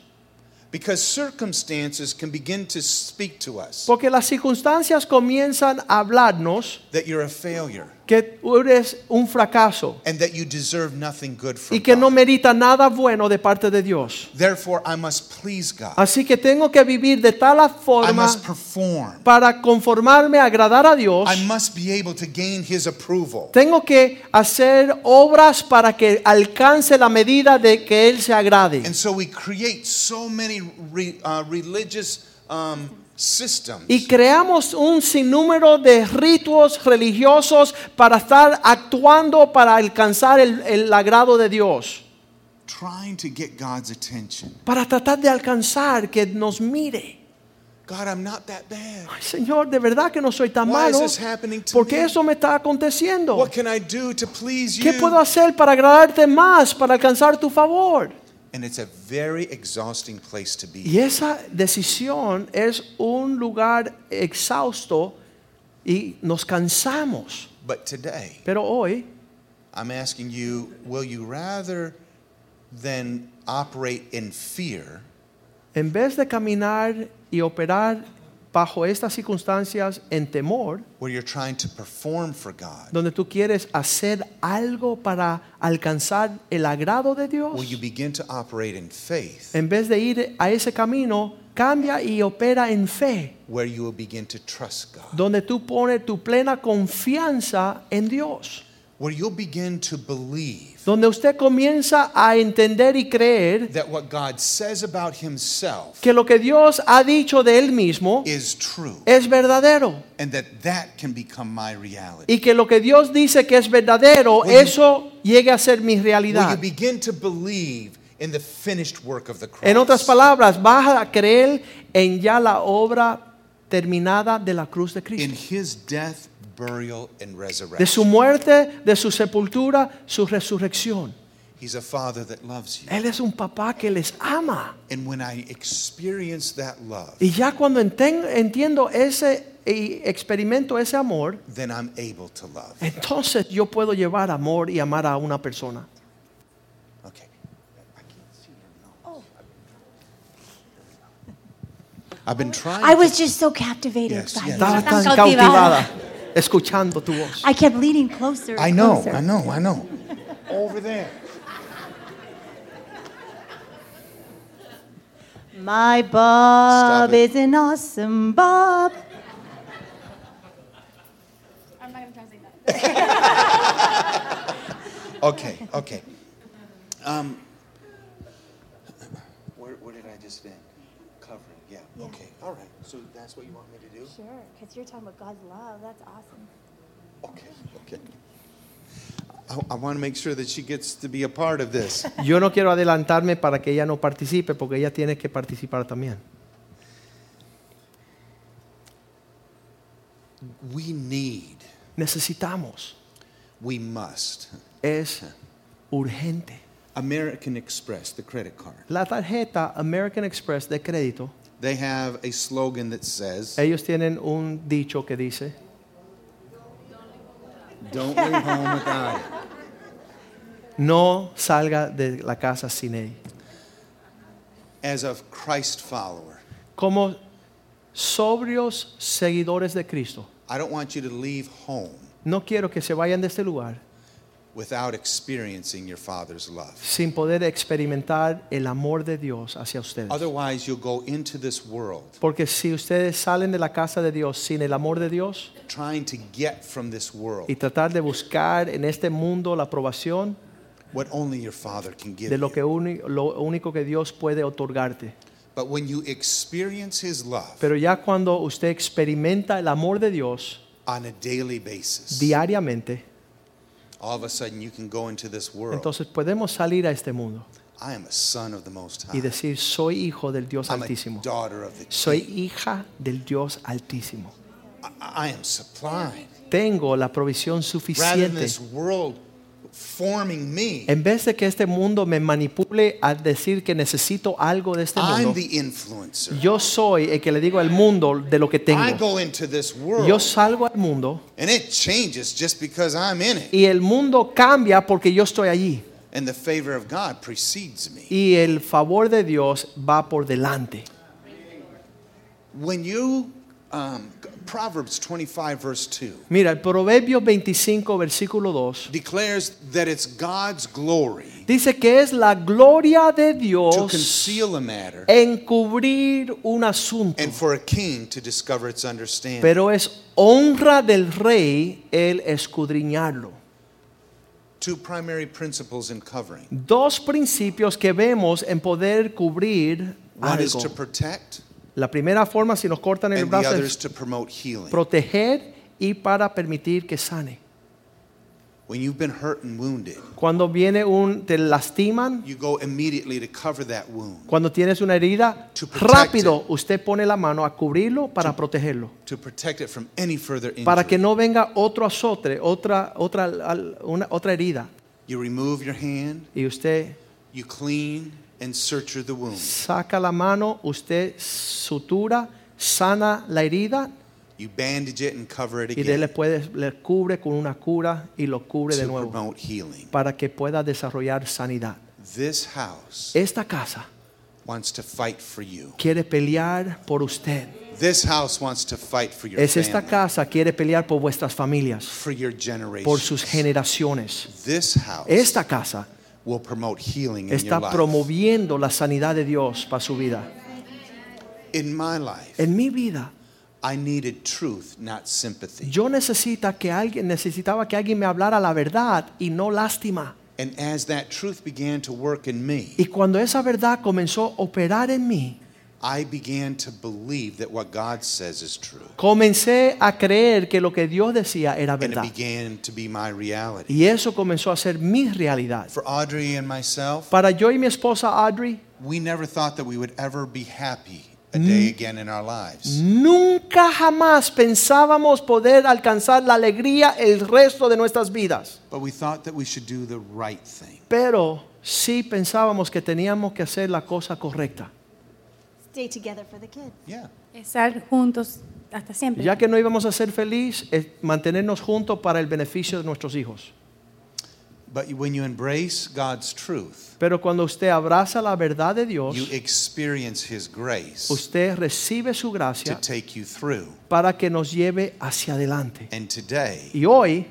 [SPEAKER 4] Because circumstances can begin to speak to us
[SPEAKER 2] Porque las circunstancias comienzan a hablarnos
[SPEAKER 4] that you're a failure
[SPEAKER 2] que tú eres un fracaso
[SPEAKER 4] and that you deserve nothing good from
[SPEAKER 2] y que no
[SPEAKER 4] God.
[SPEAKER 2] merita nada bueno de parte de Dios.
[SPEAKER 4] Therefore, I must please God.
[SPEAKER 2] Así que tengo que vivir de tal
[SPEAKER 4] I
[SPEAKER 2] forma
[SPEAKER 4] must perform.
[SPEAKER 2] para conformarme a agradar a Dios.
[SPEAKER 4] I must be able to gain His approval.
[SPEAKER 2] Tengo que hacer obras para que alcance la medida de que Él se agrade.
[SPEAKER 4] And so we create so many re, uh, religious um, systems
[SPEAKER 2] Y creamos un sinnúmero de ritos religiosos para estar actuando para alcanzar el, el agrado de Dios.
[SPEAKER 4] trying to get God's attention.
[SPEAKER 2] Para tratar de alcanzar que nos mire.
[SPEAKER 4] God, I'm not that bad.
[SPEAKER 2] Ay, Señor, de verdad que no soy tan
[SPEAKER 4] Why is
[SPEAKER 2] malo.
[SPEAKER 4] this happening to
[SPEAKER 2] ¿Por qué
[SPEAKER 4] me?
[SPEAKER 2] eso me está aconteciendo?
[SPEAKER 4] What can I do to please you?
[SPEAKER 2] ¿Qué puedo hacer para agradarte más, para alcanzar tu favor?
[SPEAKER 4] And it's a very exhausting place to be.
[SPEAKER 2] Y esa decisión es un lugar exhausto y nos cansamos.
[SPEAKER 4] But today,
[SPEAKER 2] Pero hoy
[SPEAKER 4] I'm asking you, will you rather than operate in fear,
[SPEAKER 2] En vez de caminar y operar bajo estas circunstancias en temor,
[SPEAKER 4] where you're trying to perform for God,
[SPEAKER 2] donde tú quieres hacer algo para alcanzar el agrado de
[SPEAKER 4] will you
[SPEAKER 2] Dios,
[SPEAKER 4] begin to operate in faith,
[SPEAKER 2] en vez de ir a ese camino, cambia y opera en fe,
[SPEAKER 4] where you will begin to trust God,
[SPEAKER 2] donde tú pones tu plena confianza en Dios,
[SPEAKER 4] where you'll begin to believe
[SPEAKER 2] donde usted comienza a entender y creer
[SPEAKER 4] that what God says about Himself
[SPEAKER 2] que lo que Dios ha dicho de él mismo
[SPEAKER 4] is true,
[SPEAKER 2] es verdadero
[SPEAKER 4] and that that can become my reality?
[SPEAKER 2] y que lo que Dios dice que es verdadero,
[SPEAKER 4] Will you-
[SPEAKER 2] eso llegue a ser mi
[SPEAKER 4] Will you
[SPEAKER 2] realidad.
[SPEAKER 4] begin to believe in the finished work of the cross?
[SPEAKER 2] En otras palabras, vas a creer en ya la obra terminada de la cruz de
[SPEAKER 4] in
[SPEAKER 2] Cristo.
[SPEAKER 4] His death, burial, and resurrection.
[SPEAKER 2] De su muerte, de su sepultura, su resurrección.
[SPEAKER 4] He's a father that loves you.
[SPEAKER 2] Él es un papá que les ama.
[SPEAKER 4] And when I experience that love,
[SPEAKER 2] Y ya cuando enten- entiendo ese y experimento ese amor,
[SPEAKER 4] then I'm able to love.
[SPEAKER 2] entonces yo puedo llevar amor y amar a una persona.
[SPEAKER 4] Okay. I can't see her
[SPEAKER 1] Oh.
[SPEAKER 4] now. I've been trying.
[SPEAKER 1] I
[SPEAKER 4] to-
[SPEAKER 1] was just so captivated
[SPEAKER 4] Yes,
[SPEAKER 1] by
[SPEAKER 4] yes.
[SPEAKER 1] you.
[SPEAKER 2] Estaba
[SPEAKER 3] Estás
[SPEAKER 2] tan
[SPEAKER 3] cautivada.
[SPEAKER 2] cautivada escuchando tu voz.
[SPEAKER 3] I kept leaning closer. and
[SPEAKER 4] I know,
[SPEAKER 3] closer.
[SPEAKER 4] I know, I know. Over there.
[SPEAKER 1] My Bob
[SPEAKER 4] Stop it.
[SPEAKER 1] is an awesome Bob.
[SPEAKER 5] I'm not gonna translate that.
[SPEAKER 4] Okay, okay. Um, where, where did I just end? Covering, yeah. Okay, all right. So that's what you want me to do?
[SPEAKER 5] Sure, because you're talking about God's love. That's awesome.
[SPEAKER 4] Okay, okay. I, I want to make sure that she gets to be a part of this.
[SPEAKER 2] Yo no quiero adelantarme para que ella no participe, porque ella tiene que participar también.
[SPEAKER 4] we need,
[SPEAKER 2] Necesitamos.
[SPEAKER 4] we must.
[SPEAKER 2] Es urgente.
[SPEAKER 4] American Express, the credit card,
[SPEAKER 2] La tarjeta American Express de crédito,
[SPEAKER 4] they have a slogan that says,
[SPEAKER 2] ellos tienen un dicho que dice,
[SPEAKER 4] Don't leave home without it.
[SPEAKER 2] no salga de la casa sin él.
[SPEAKER 4] [LAUGHS] As a Christ follower,
[SPEAKER 2] Como sobrios seguidores de Cristo,
[SPEAKER 4] I don't want you to leave home
[SPEAKER 2] no quiero que se vayan de este lugar
[SPEAKER 4] without experiencing your Father's love.
[SPEAKER 2] sin poder experimentar el amor de Dios hacia ustedes.
[SPEAKER 4] Otherwise, you'll go into this world
[SPEAKER 2] Porque si ustedes salen de la casa de Dios sin el amor de Dios
[SPEAKER 4] trying to get from this world
[SPEAKER 2] y tratar de buscar en este mundo la aprobación
[SPEAKER 4] what only your Father can give
[SPEAKER 2] de lo, que
[SPEAKER 4] you.
[SPEAKER 2] uni- lo único que Dios puede otorgarte.
[SPEAKER 4] But when you experience His love
[SPEAKER 2] Pero ya cuando usted experimenta el amor de Dios
[SPEAKER 4] on a daily basis,
[SPEAKER 2] diariamente,
[SPEAKER 4] all of a sudden you can go into this world.
[SPEAKER 2] entonces podemos salir a este mundo
[SPEAKER 4] I am a son of the Most High.
[SPEAKER 2] y decir, soy hijo del Dios
[SPEAKER 4] I'm a
[SPEAKER 2] altísimo.
[SPEAKER 4] daughter of the King.
[SPEAKER 2] Soy hija del Dios altísimo.
[SPEAKER 4] I, I am supplied.
[SPEAKER 2] Tengo la provisión
[SPEAKER 4] Rather than
[SPEAKER 2] suficiente.
[SPEAKER 4] this world forming me,
[SPEAKER 2] En vez de que este mundo me manipule a decir que necesito algo de este
[SPEAKER 4] I'm
[SPEAKER 2] mundo,
[SPEAKER 4] the influencer.
[SPEAKER 2] yo soy el que le digo al mundo de lo que
[SPEAKER 4] I
[SPEAKER 2] tengo.
[SPEAKER 4] go into this world
[SPEAKER 2] Yo salgo al mundo
[SPEAKER 4] and it changes just because I'm in it.
[SPEAKER 2] y el mundo cambia porque yo estoy allí.
[SPEAKER 4] And the favor of God precedes me.
[SPEAKER 2] Y el favor de Dios va por delante.
[SPEAKER 4] When you, um, Proverbs 25, verse 2,
[SPEAKER 2] Mira, el Proverbio 25, versículo 2,
[SPEAKER 4] declares that it's God's glory
[SPEAKER 2] dice que es la gloria de
[SPEAKER 4] to
[SPEAKER 2] Dios
[SPEAKER 4] conceal a matter
[SPEAKER 2] encubrir un asunto,
[SPEAKER 4] and for a king to discover its understanding.
[SPEAKER 2] pero es honra del rey el escudriñarlo.
[SPEAKER 4] Two primary principles in covering
[SPEAKER 2] Dos principios que vemos en poder cubrir
[SPEAKER 4] one is
[SPEAKER 2] algo.
[SPEAKER 4] to protect,
[SPEAKER 2] La primera forma, si nos cortan el
[SPEAKER 4] and the
[SPEAKER 2] brazo,
[SPEAKER 4] other is
[SPEAKER 2] es
[SPEAKER 4] to promote healing.
[SPEAKER 2] proteger y para permitir que sane.
[SPEAKER 4] When you've been hurt and wounded,
[SPEAKER 2] Cuando viene un, te lastiman,
[SPEAKER 4] you go immediately to cover that wound,
[SPEAKER 2] Cuando tienes una herida,
[SPEAKER 4] To protect
[SPEAKER 2] rápido usted pone la mano a cubrirlo para protegerlo,
[SPEAKER 4] to protect it from any further injury.
[SPEAKER 2] para que no venga otro azote, otra otra al- una- otra herida
[SPEAKER 4] You remove your hand,
[SPEAKER 2] y usted
[SPEAKER 4] you clean and suture the wound,
[SPEAKER 2] saca la mano, usted sutura, sana la herida
[SPEAKER 4] you bandage it and cover it
[SPEAKER 2] y de- le
[SPEAKER 4] again
[SPEAKER 2] puede le cubre con una cura y lo cubre de
[SPEAKER 4] to
[SPEAKER 2] nuevo
[SPEAKER 4] promote healing.
[SPEAKER 2] para que pueda desarrollar sanidad.
[SPEAKER 4] This house
[SPEAKER 2] Esta casa
[SPEAKER 4] wants to fight for you.
[SPEAKER 2] quiere pelear por usted.
[SPEAKER 4] This house wants to fight for your
[SPEAKER 2] Es esta
[SPEAKER 4] family,
[SPEAKER 2] casa quiere pelear por vuestras familias,
[SPEAKER 4] for your generation.
[SPEAKER 2] por sus generaciones.
[SPEAKER 4] This house
[SPEAKER 2] Esta casa
[SPEAKER 4] will promote healing in your
[SPEAKER 2] está
[SPEAKER 4] life.
[SPEAKER 2] promoviendo la sanidad de Dios para su vida.
[SPEAKER 4] in my life,
[SPEAKER 2] En mi vida,
[SPEAKER 4] I needed truth, not sympathy.
[SPEAKER 2] yo necesita que alguien, necesitaba que alguien me hablara la verdad y no lástima.
[SPEAKER 4] and as that truth began to work in me,
[SPEAKER 2] Y cuando esa verdad comenzó a operar en mí,
[SPEAKER 4] I began to believe that what God says is true.
[SPEAKER 2] comencé a creer que lo que Dios decía era
[SPEAKER 4] And it
[SPEAKER 2] verdad.
[SPEAKER 4] began to be my reality.
[SPEAKER 2] Y eso comenzó a ser mi realidad.
[SPEAKER 4] For Audrey and myself,
[SPEAKER 2] Para yo y mi esposa Audrey,
[SPEAKER 4] we never thought that we would ever be happy a
[SPEAKER 2] Mm.
[SPEAKER 4] day again in our lives.
[SPEAKER 2] Nunca jamás pensábamos poder alcanzar la alegría el resto de nuestras vidas,
[SPEAKER 4] But we thought that we should do the right thing.
[SPEAKER 2] pero sí pensábamos que teníamos que hacer la cosa correcta.
[SPEAKER 1] Stay together for the kids.
[SPEAKER 4] Yeah.
[SPEAKER 3] Estar juntos hasta siempre.
[SPEAKER 2] Ya que no íbamos a ser feliz, es mantenernos juntos para el beneficio de nuestros hijos.
[SPEAKER 4] But when you embrace God's truth,
[SPEAKER 2] Pero cuando usted abraza la verdad de Dios,
[SPEAKER 4] you experience His grace
[SPEAKER 2] usted recibe su
[SPEAKER 4] to
[SPEAKER 2] gracia
[SPEAKER 4] take you through.
[SPEAKER 2] para que nos lleve hacia adelante.
[SPEAKER 4] And today,
[SPEAKER 2] Y hoy,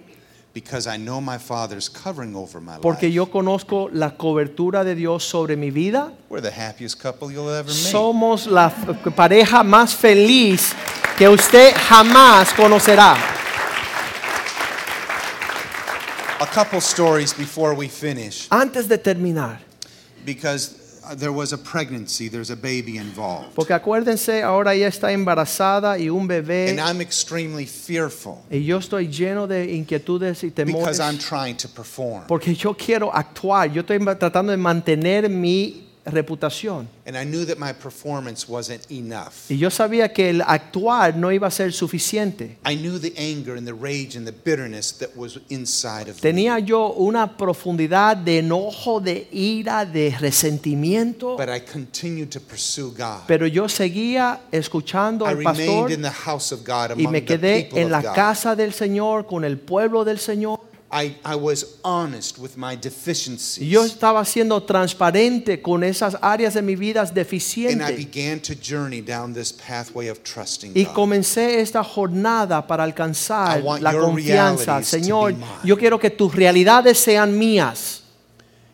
[SPEAKER 4] because I know my Father's covering over my
[SPEAKER 2] porque yo
[SPEAKER 4] life,
[SPEAKER 2] conozco la cobertura de Dios sobre mi vida,
[SPEAKER 4] we're the happiest couple you'll ever meet.
[SPEAKER 2] somos la f- pareja más feliz que usted jamás conocerá.
[SPEAKER 4] A couple stories before we finish,
[SPEAKER 2] Antes de terminar,
[SPEAKER 4] because uh, there was a pregnancy, there's a baby involved.
[SPEAKER 2] porque acuérdense, ahora ella está embarazada y un bebé,
[SPEAKER 4] And I'm extremely fearful
[SPEAKER 2] y yo estoy lleno de inquietudes y temores.
[SPEAKER 4] because I'm trying to perform.
[SPEAKER 2] Porque yo quiero actuar, yo estoy ma- tratando de mantener mi reputación.
[SPEAKER 4] And I knew that my performance wasn't enough.
[SPEAKER 2] Y yo sabía que el actuar no iba a ser suficiente.
[SPEAKER 4] I knew the anger and the rage and the bitterness that was inside of me.
[SPEAKER 2] Tenía yo una profundidad de enojo, de ira, de resentimiento,
[SPEAKER 4] But I continued to pursue God.
[SPEAKER 2] pero yo seguía escuchando
[SPEAKER 4] I
[SPEAKER 2] al
[SPEAKER 4] remained
[SPEAKER 2] pastor
[SPEAKER 4] in the house of God
[SPEAKER 2] y
[SPEAKER 4] among
[SPEAKER 2] me
[SPEAKER 4] the
[SPEAKER 2] quedé
[SPEAKER 4] people
[SPEAKER 2] en
[SPEAKER 4] of
[SPEAKER 2] la
[SPEAKER 4] God.
[SPEAKER 2] casa del Señor, con el pueblo del Señor.
[SPEAKER 4] I, I was honest with my
[SPEAKER 2] Y Yo
[SPEAKER 4] deficiencies.
[SPEAKER 2] estaba siendo transparente con esas áreas de mi vida
[SPEAKER 4] And I
[SPEAKER 2] deficientes
[SPEAKER 4] began to journey down this pathway of trusting
[SPEAKER 2] y
[SPEAKER 4] God.
[SPEAKER 2] comencé esta jornada para alcanzar
[SPEAKER 4] I want
[SPEAKER 2] la
[SPEAKER 4] your
[SPEAKER 2] confianza.
[SPEAKER 4] realities to
[SPEAKER 2] Señor,
[SPEAKER 4] be mine.
[SPEAKER 2] yo quiero que tus realidades sean mías.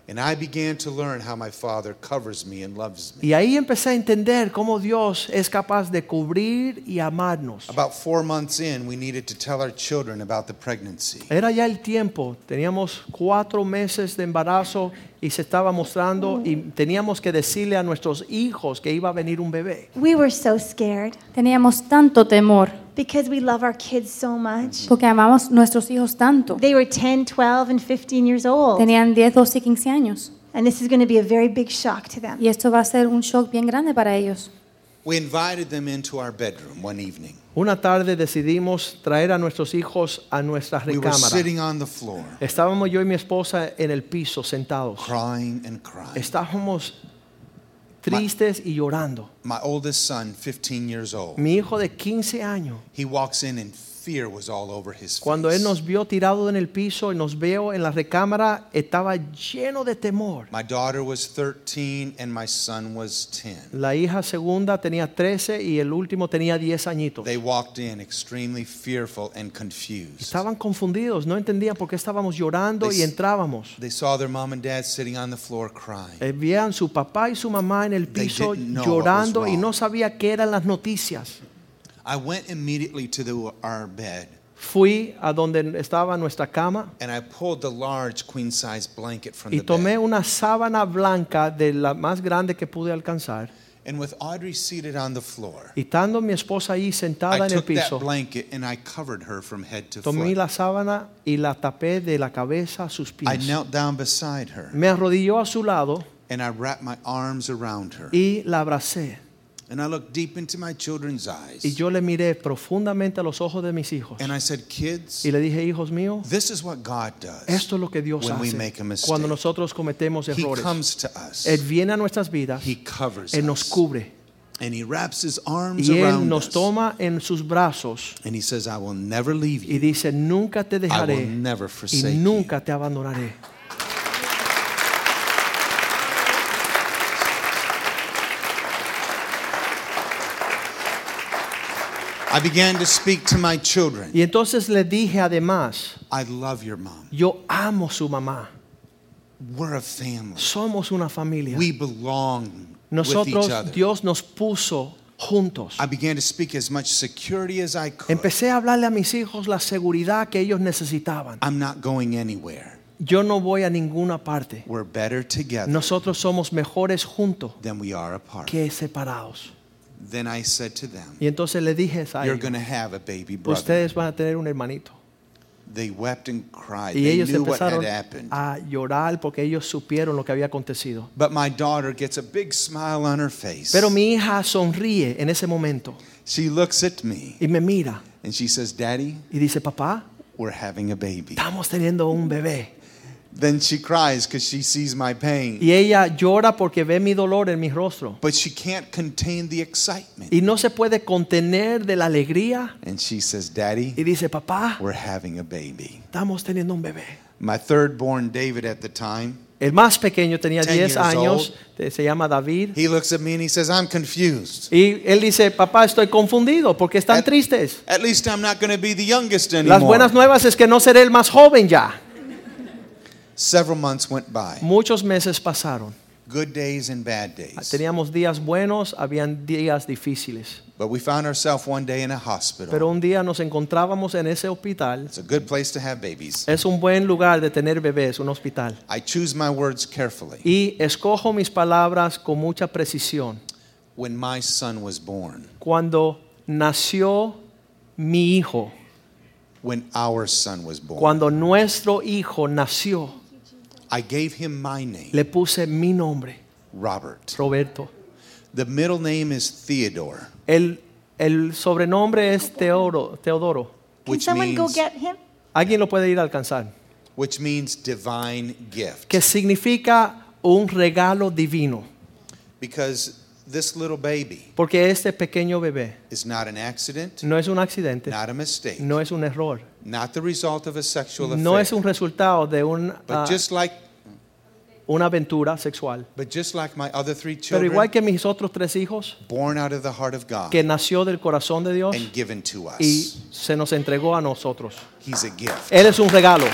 [SPEAKER 4] And I began to learn how my Father covers me and loves me.
[SPEAKER 2] Y ahí empecé a entender cómo Dios es capaz de cubrir y amarnos.
[SPEAKER 4] About four months in, we needed to tell our children about the pregnancy.
[SPEAKER 2] Era ya el tiempo, teníamos cuatro meses de embarazo y se estaba mostrando y teníamos que decirle a nuestros hijos que iba a venir un bebé.
[SPEAKER 1] We were so scared
[SPEAKER 3] Teníamos tanto temor
[SPEAKER 1] because we love our kids so much.
[SPEAKER 3] porque amamos nuestros hijos tanto.
[SPEAKER 1] They were 10, 12, and 15 years old.
[SPEAKER 3] Tenían 10, 12 y 15 años.
[SPEAKER 1] And this is going to be a very big shock to them.
[SPEAKER 3] Y esto va a ser un shock bien grande para ellos.
[SPEAKER 4] We invited them into our bedroom one evening.
[SPEAKER 2] Una tarde decidimos traer a nuestros hijos a nuestra
[SPEAKER 4] We were
[SPEAKER 2] recámara.
[SPEAKER 4] sitting on the floor,
[SPEAKER 2] Estábamos yo y mi esposa en el piso sentados.
[SPEAKER 4] crying and crying.
[SPEAKER 2] Estábamos tristes y llorando.
[SPEAKER 4] My oldest son, 15 years old,
[SPEAKER 2] Mi hijo de 15 años,
[SPEAKER 4] he walks in and fear was all over his
[SPEAKER 2] cuando él
[SPEAKER 4] face.
[SPEAKER 2] nos vio tirado en el piso y nos veo en la recámara, estaba lleno de temor.
[SPEAKER 4] My daughter was 13 and my son was 10.
[SPEAKER 2] La hija segunda tenía 13 y el último tenía 10 añitos.
[SPEAKER 4] They walked in extremely fearful and confused.
[SPEAKER 2] Estaban confundidos, no entendían por qué estábamos llorando
[SPEAKER 4] They
[SPEAKER 2] y
[SPEAKER 4] s-
[SPEAKER 2] entrábamos.
[SPEAKER 4] They saw their mom and dad sitting on the floor crying.
[SPEAKER 2] Eh, Veían su papá y su mamá en el
[SPEAKER 4] They
[SPEAKER 2] piso
[SPEAKER 4] didn't know what was
[SPEAKER 2] llorando y
[SPEAKER 4] wrong.
[SPEAKER 2] no sabía qué eran las noticias.
[SPEAKER 4] I went immediately to the, our bed
[SPEAKER 2] Fui a donde estaba nuestra cama
[SPEAKER 4] and I pulled the large queen size blanket from
[SPEAKER 2] y
[SPEAKER 4] the
[SPEAKER 2] tomé
[SPEAKER 4] bed.
[SPEAKER 2] una sábana blanca de la más grande que pude alcanzar.
[SPEAKER 4] And with Audrey seated on the floor,
[SPEAKER 2] Y estando mi esposa ahí sentada
[SPEAKER 4] I
[SPEAKER 2] en el
[SPEAKER 4] took that
[SPEAKER 2] piso,
[SPEAKER 4] blanket and I covered her from head to
[SPEAKER 2] tomé
[SPEAKER 4] foot.
[SPEAKER 2] la sábana y la tapé de la cabeza a sus
[SPEAKER 4] I
[SPEAKER 2] pies.
[SPEAKER 4] knelt down beside her
[SPEAKER 2] Me arrodilló a su lado
[SPEAKER 4] and I wrapped my arms around her.
[SPEAKER 2] y la abracé.
[SPEAKER 4] And I looked deep into my children's
[SPEAKER 2] Y
[SPEAKER 4] eyes.
[SPEAKER 2] yo le miré profundamente a los ojos de mis hijos.
[SPEAKER 4] And I said, Kids,
[SPEAKER 2] Y le dije, hijos míos,
[SPEAKER 4] this is what God does.
[SPEAKER 2] esto es lo que Dios
[SPEAKER 4] when we
[SPEAKER 2] hace
[SPEAKER 4] make a mistake.
[SPEAKER 2] cuando nosotros cometemos
[SPEAKER 4] He
[SPEAKER 2] errores.
[SPEAKER 4] comes to us.
[SPEAKER 2] Él viene a nuestras vidas,
[SPEAKER 4] He covers
[SPEAKER 2] Él nos
[SPEAKER 4] us.
[SPEAKER 2] cubre
[SPEAKER 4] And he wraps his arms
[SPEAKER 2] y Él
[SPEAKER 4] around
[SPEAKER 2] nos
[SPEAKER 4] us.
[SPEAKER 2] toma en sus brazos
[SPEAKER 4] And he says, I will never leave
[SPEAKER 2] y
[SPEAKER 4] you.
[SPEAKER 2] dice, nunca te
[SPEAKER 4] I will
[SPEAKER 2] dejaré
[SPEAKER 4] never
[SPEAKER 2] y
[SPEAKER 4] forsake you.
[SPEAKER 2] nunca te abandonaré.
[SPEAKER 4] I began to speak to my children.
[SPEAKER 2] Y entonces le dije además,
[SPEAKER 4] I love your mom.
[SPEAKER 2] yo amo su mamá,
[SPEAKER 4] We're a family.
[SPEAKER 2] somos una familia.
[SPEAKER 4] We belong with each
[SPEAKER 2] Nosotros,
[SPEAKER 4] other.
[SPEAKER 2] Dios nos puso juntos.
[SPEAKER 4] I began to speak as much security as I could.
[SPEAKER 2] Empecé a hablarle a mis hijos la seguridad que ellos necesitaban.
[SPEAKER 4] I'm not going anywhere.
[SPEAKER 2] Yo no voy a ninguna parte.
[SPEAKER 4] We're better together
[SPEAKER 2] Nosotros somos mejores juntos
[SPEAKER 4] than we are apart.
[SPEAKER 2] que separados.
[SPEAKER 4] Then I said to them,
[SPEAKER 2] Y entonces le dije a
[SPEAKER 4] You're
[SPEAKER 2] ellos,
[SPEAKER 4] going to have a baby brother.
[SPEAKER 2] ustedes van a tener un hermanito.
[SPEAKER 4] They wept and cried.
[SPEAKER 2] Y
[SPEAKER 4] they
[SPEAKER 2] ellos
[SPEAKER 4] knew what had
[SPEAKER 2] empezaron
[SPEAKER 4] happened.
[SPEAKER 2] a llorar porque ellos supieron lo que había acontecido.
[SPEAKER 4] But my daughter gets a big smile on her face.
[SPEAKER 2] Pero mi hija sonríe en ese momento
[SPEAKER 4] she looks at me
[SPEAKER 2] y me mira
[SPEAKER 4] and she says, Daddy,
[SPEAKER 2] y dice, papá,
[SPEAKER 4] we're having a baby.
[SPEAKER 2] estamos teniendo un bebé.
[SPEAKER 4] Then she cries because she sees my pain.
[SPEAKER 2] Y ella llora porque ve mi dolor en mi rostro.
[SPEAKER 4] But she can't contain the excitement.
[SPEAKER 2] Y no se puede contener de la alegría
[SPEAKER 4] And she says, Daddy,
[SPEAKER 2] y dice, papá,
[SPEAKER 4] we're having a baby.
[SPEAKER 2] estamos teniendo un bebé.
[SPEAKER 4] My third born, David, at the time,
[SPEAKER 2] El más pequeño tenía 10
[SPEAKER 4] 10 years
[SPEAKER 2] años, te- se llama David.
[SPEAKER 4] he looks at me and he says, I'm confused.
[SPEAKER 2] Y él dice, papá, estoy confundido porque están
[SPEAKER 4] At-
[SPEAKER 2] tristes.
[SPEAKER 4] At least I'm not going to be the youngest anymore.
[SPEAKER 2] Las buenas nuevas es que no seré el más joven ya.
[SPEAKER 4] Several months went by.
[SPEAKER 2] Muchos meses pasaron.
[SPEAKER 4] Good days and bad days.
[SPEAKER 2] Teníamos días buenos, habían días difíciles.
[SPEAKER 4] But we found ourselves one day in a hospital.
[SPEAKER 2] Pero un día nos encontrábamos en ese hospital.
[SPEAKER 4] It's a good place to have babies.
[SPEAKER 2] Es un buen lugar de tener bebés, un hospital.
[SPEAKER 4] I choose my words carefully.
[SPEAKER 2] Y escojo mis palabras con mucha precisión.
[SPEAKER 4] When my son was born,
[SPEAKER 2] Cuando nació mi hijo,
[SPEAKER 4] when our son was born,
[SPEAKER 2] cuando nuestro hijo nació,
[SPEAKER 4] I gave him my name,
[SPEAKER 2] le puse mi nombre,
[SPEAKER 4] Robert.
[SPEAKER 2] Roberto.
[SPEAKER 4] The middle name is Theodore,
[SPEAKER 2] El, el sobrenombre es Teoro- Teodoro.
[SPEAKER 1] Can
[SPEAKER 4] which
[SPEAKER 1] someone go
[SPEAKER 4] means,
[SPEAKER 1] get him?
[SPEAKER 2] Alguien lo puede ir a alcanzar.
[SPEAKER 4] which means divine gift.
[SPEAKER 2] Que significa un regalo divino.
[SPEAKER 4] Because this little baby
[SPEAKER 2] Porque este pequeño bebé
[SPEAKER 4] is not an accident,
[SPEAKER 2] no es un accidente,
[SPEAKER 4] not a mistake,
[SPEAKER 2] no es un error,
[SPEAKER 4] not the result of a sexual
[SPEAKER 2] no es un
[SPEAKER 4] affair.
[SPEAKER 2] resultado de un, ah,
[SPEAKER 4] But just like,
[SPEAKER 2] una aventura sexual.
[SPEAKER 4] but just like my other three
[SPEAKER 2] Pero igual
[SPEAKER 4] children,
[SPEAKER 2] que mis otros tres hijos,
[SPEAKER 4] born out of the heart of God
[SPEAKER 2] que nació del corazón de Dios
[SPEAKER 4] and given to
[SPEAKER 2] y
[SPEAKER 4] us,
[SPEAKER 2] se nos entregó a nosotros.
[SPEAKER 4] he's a gift.
[SPEAKER 2] Él es un regalo.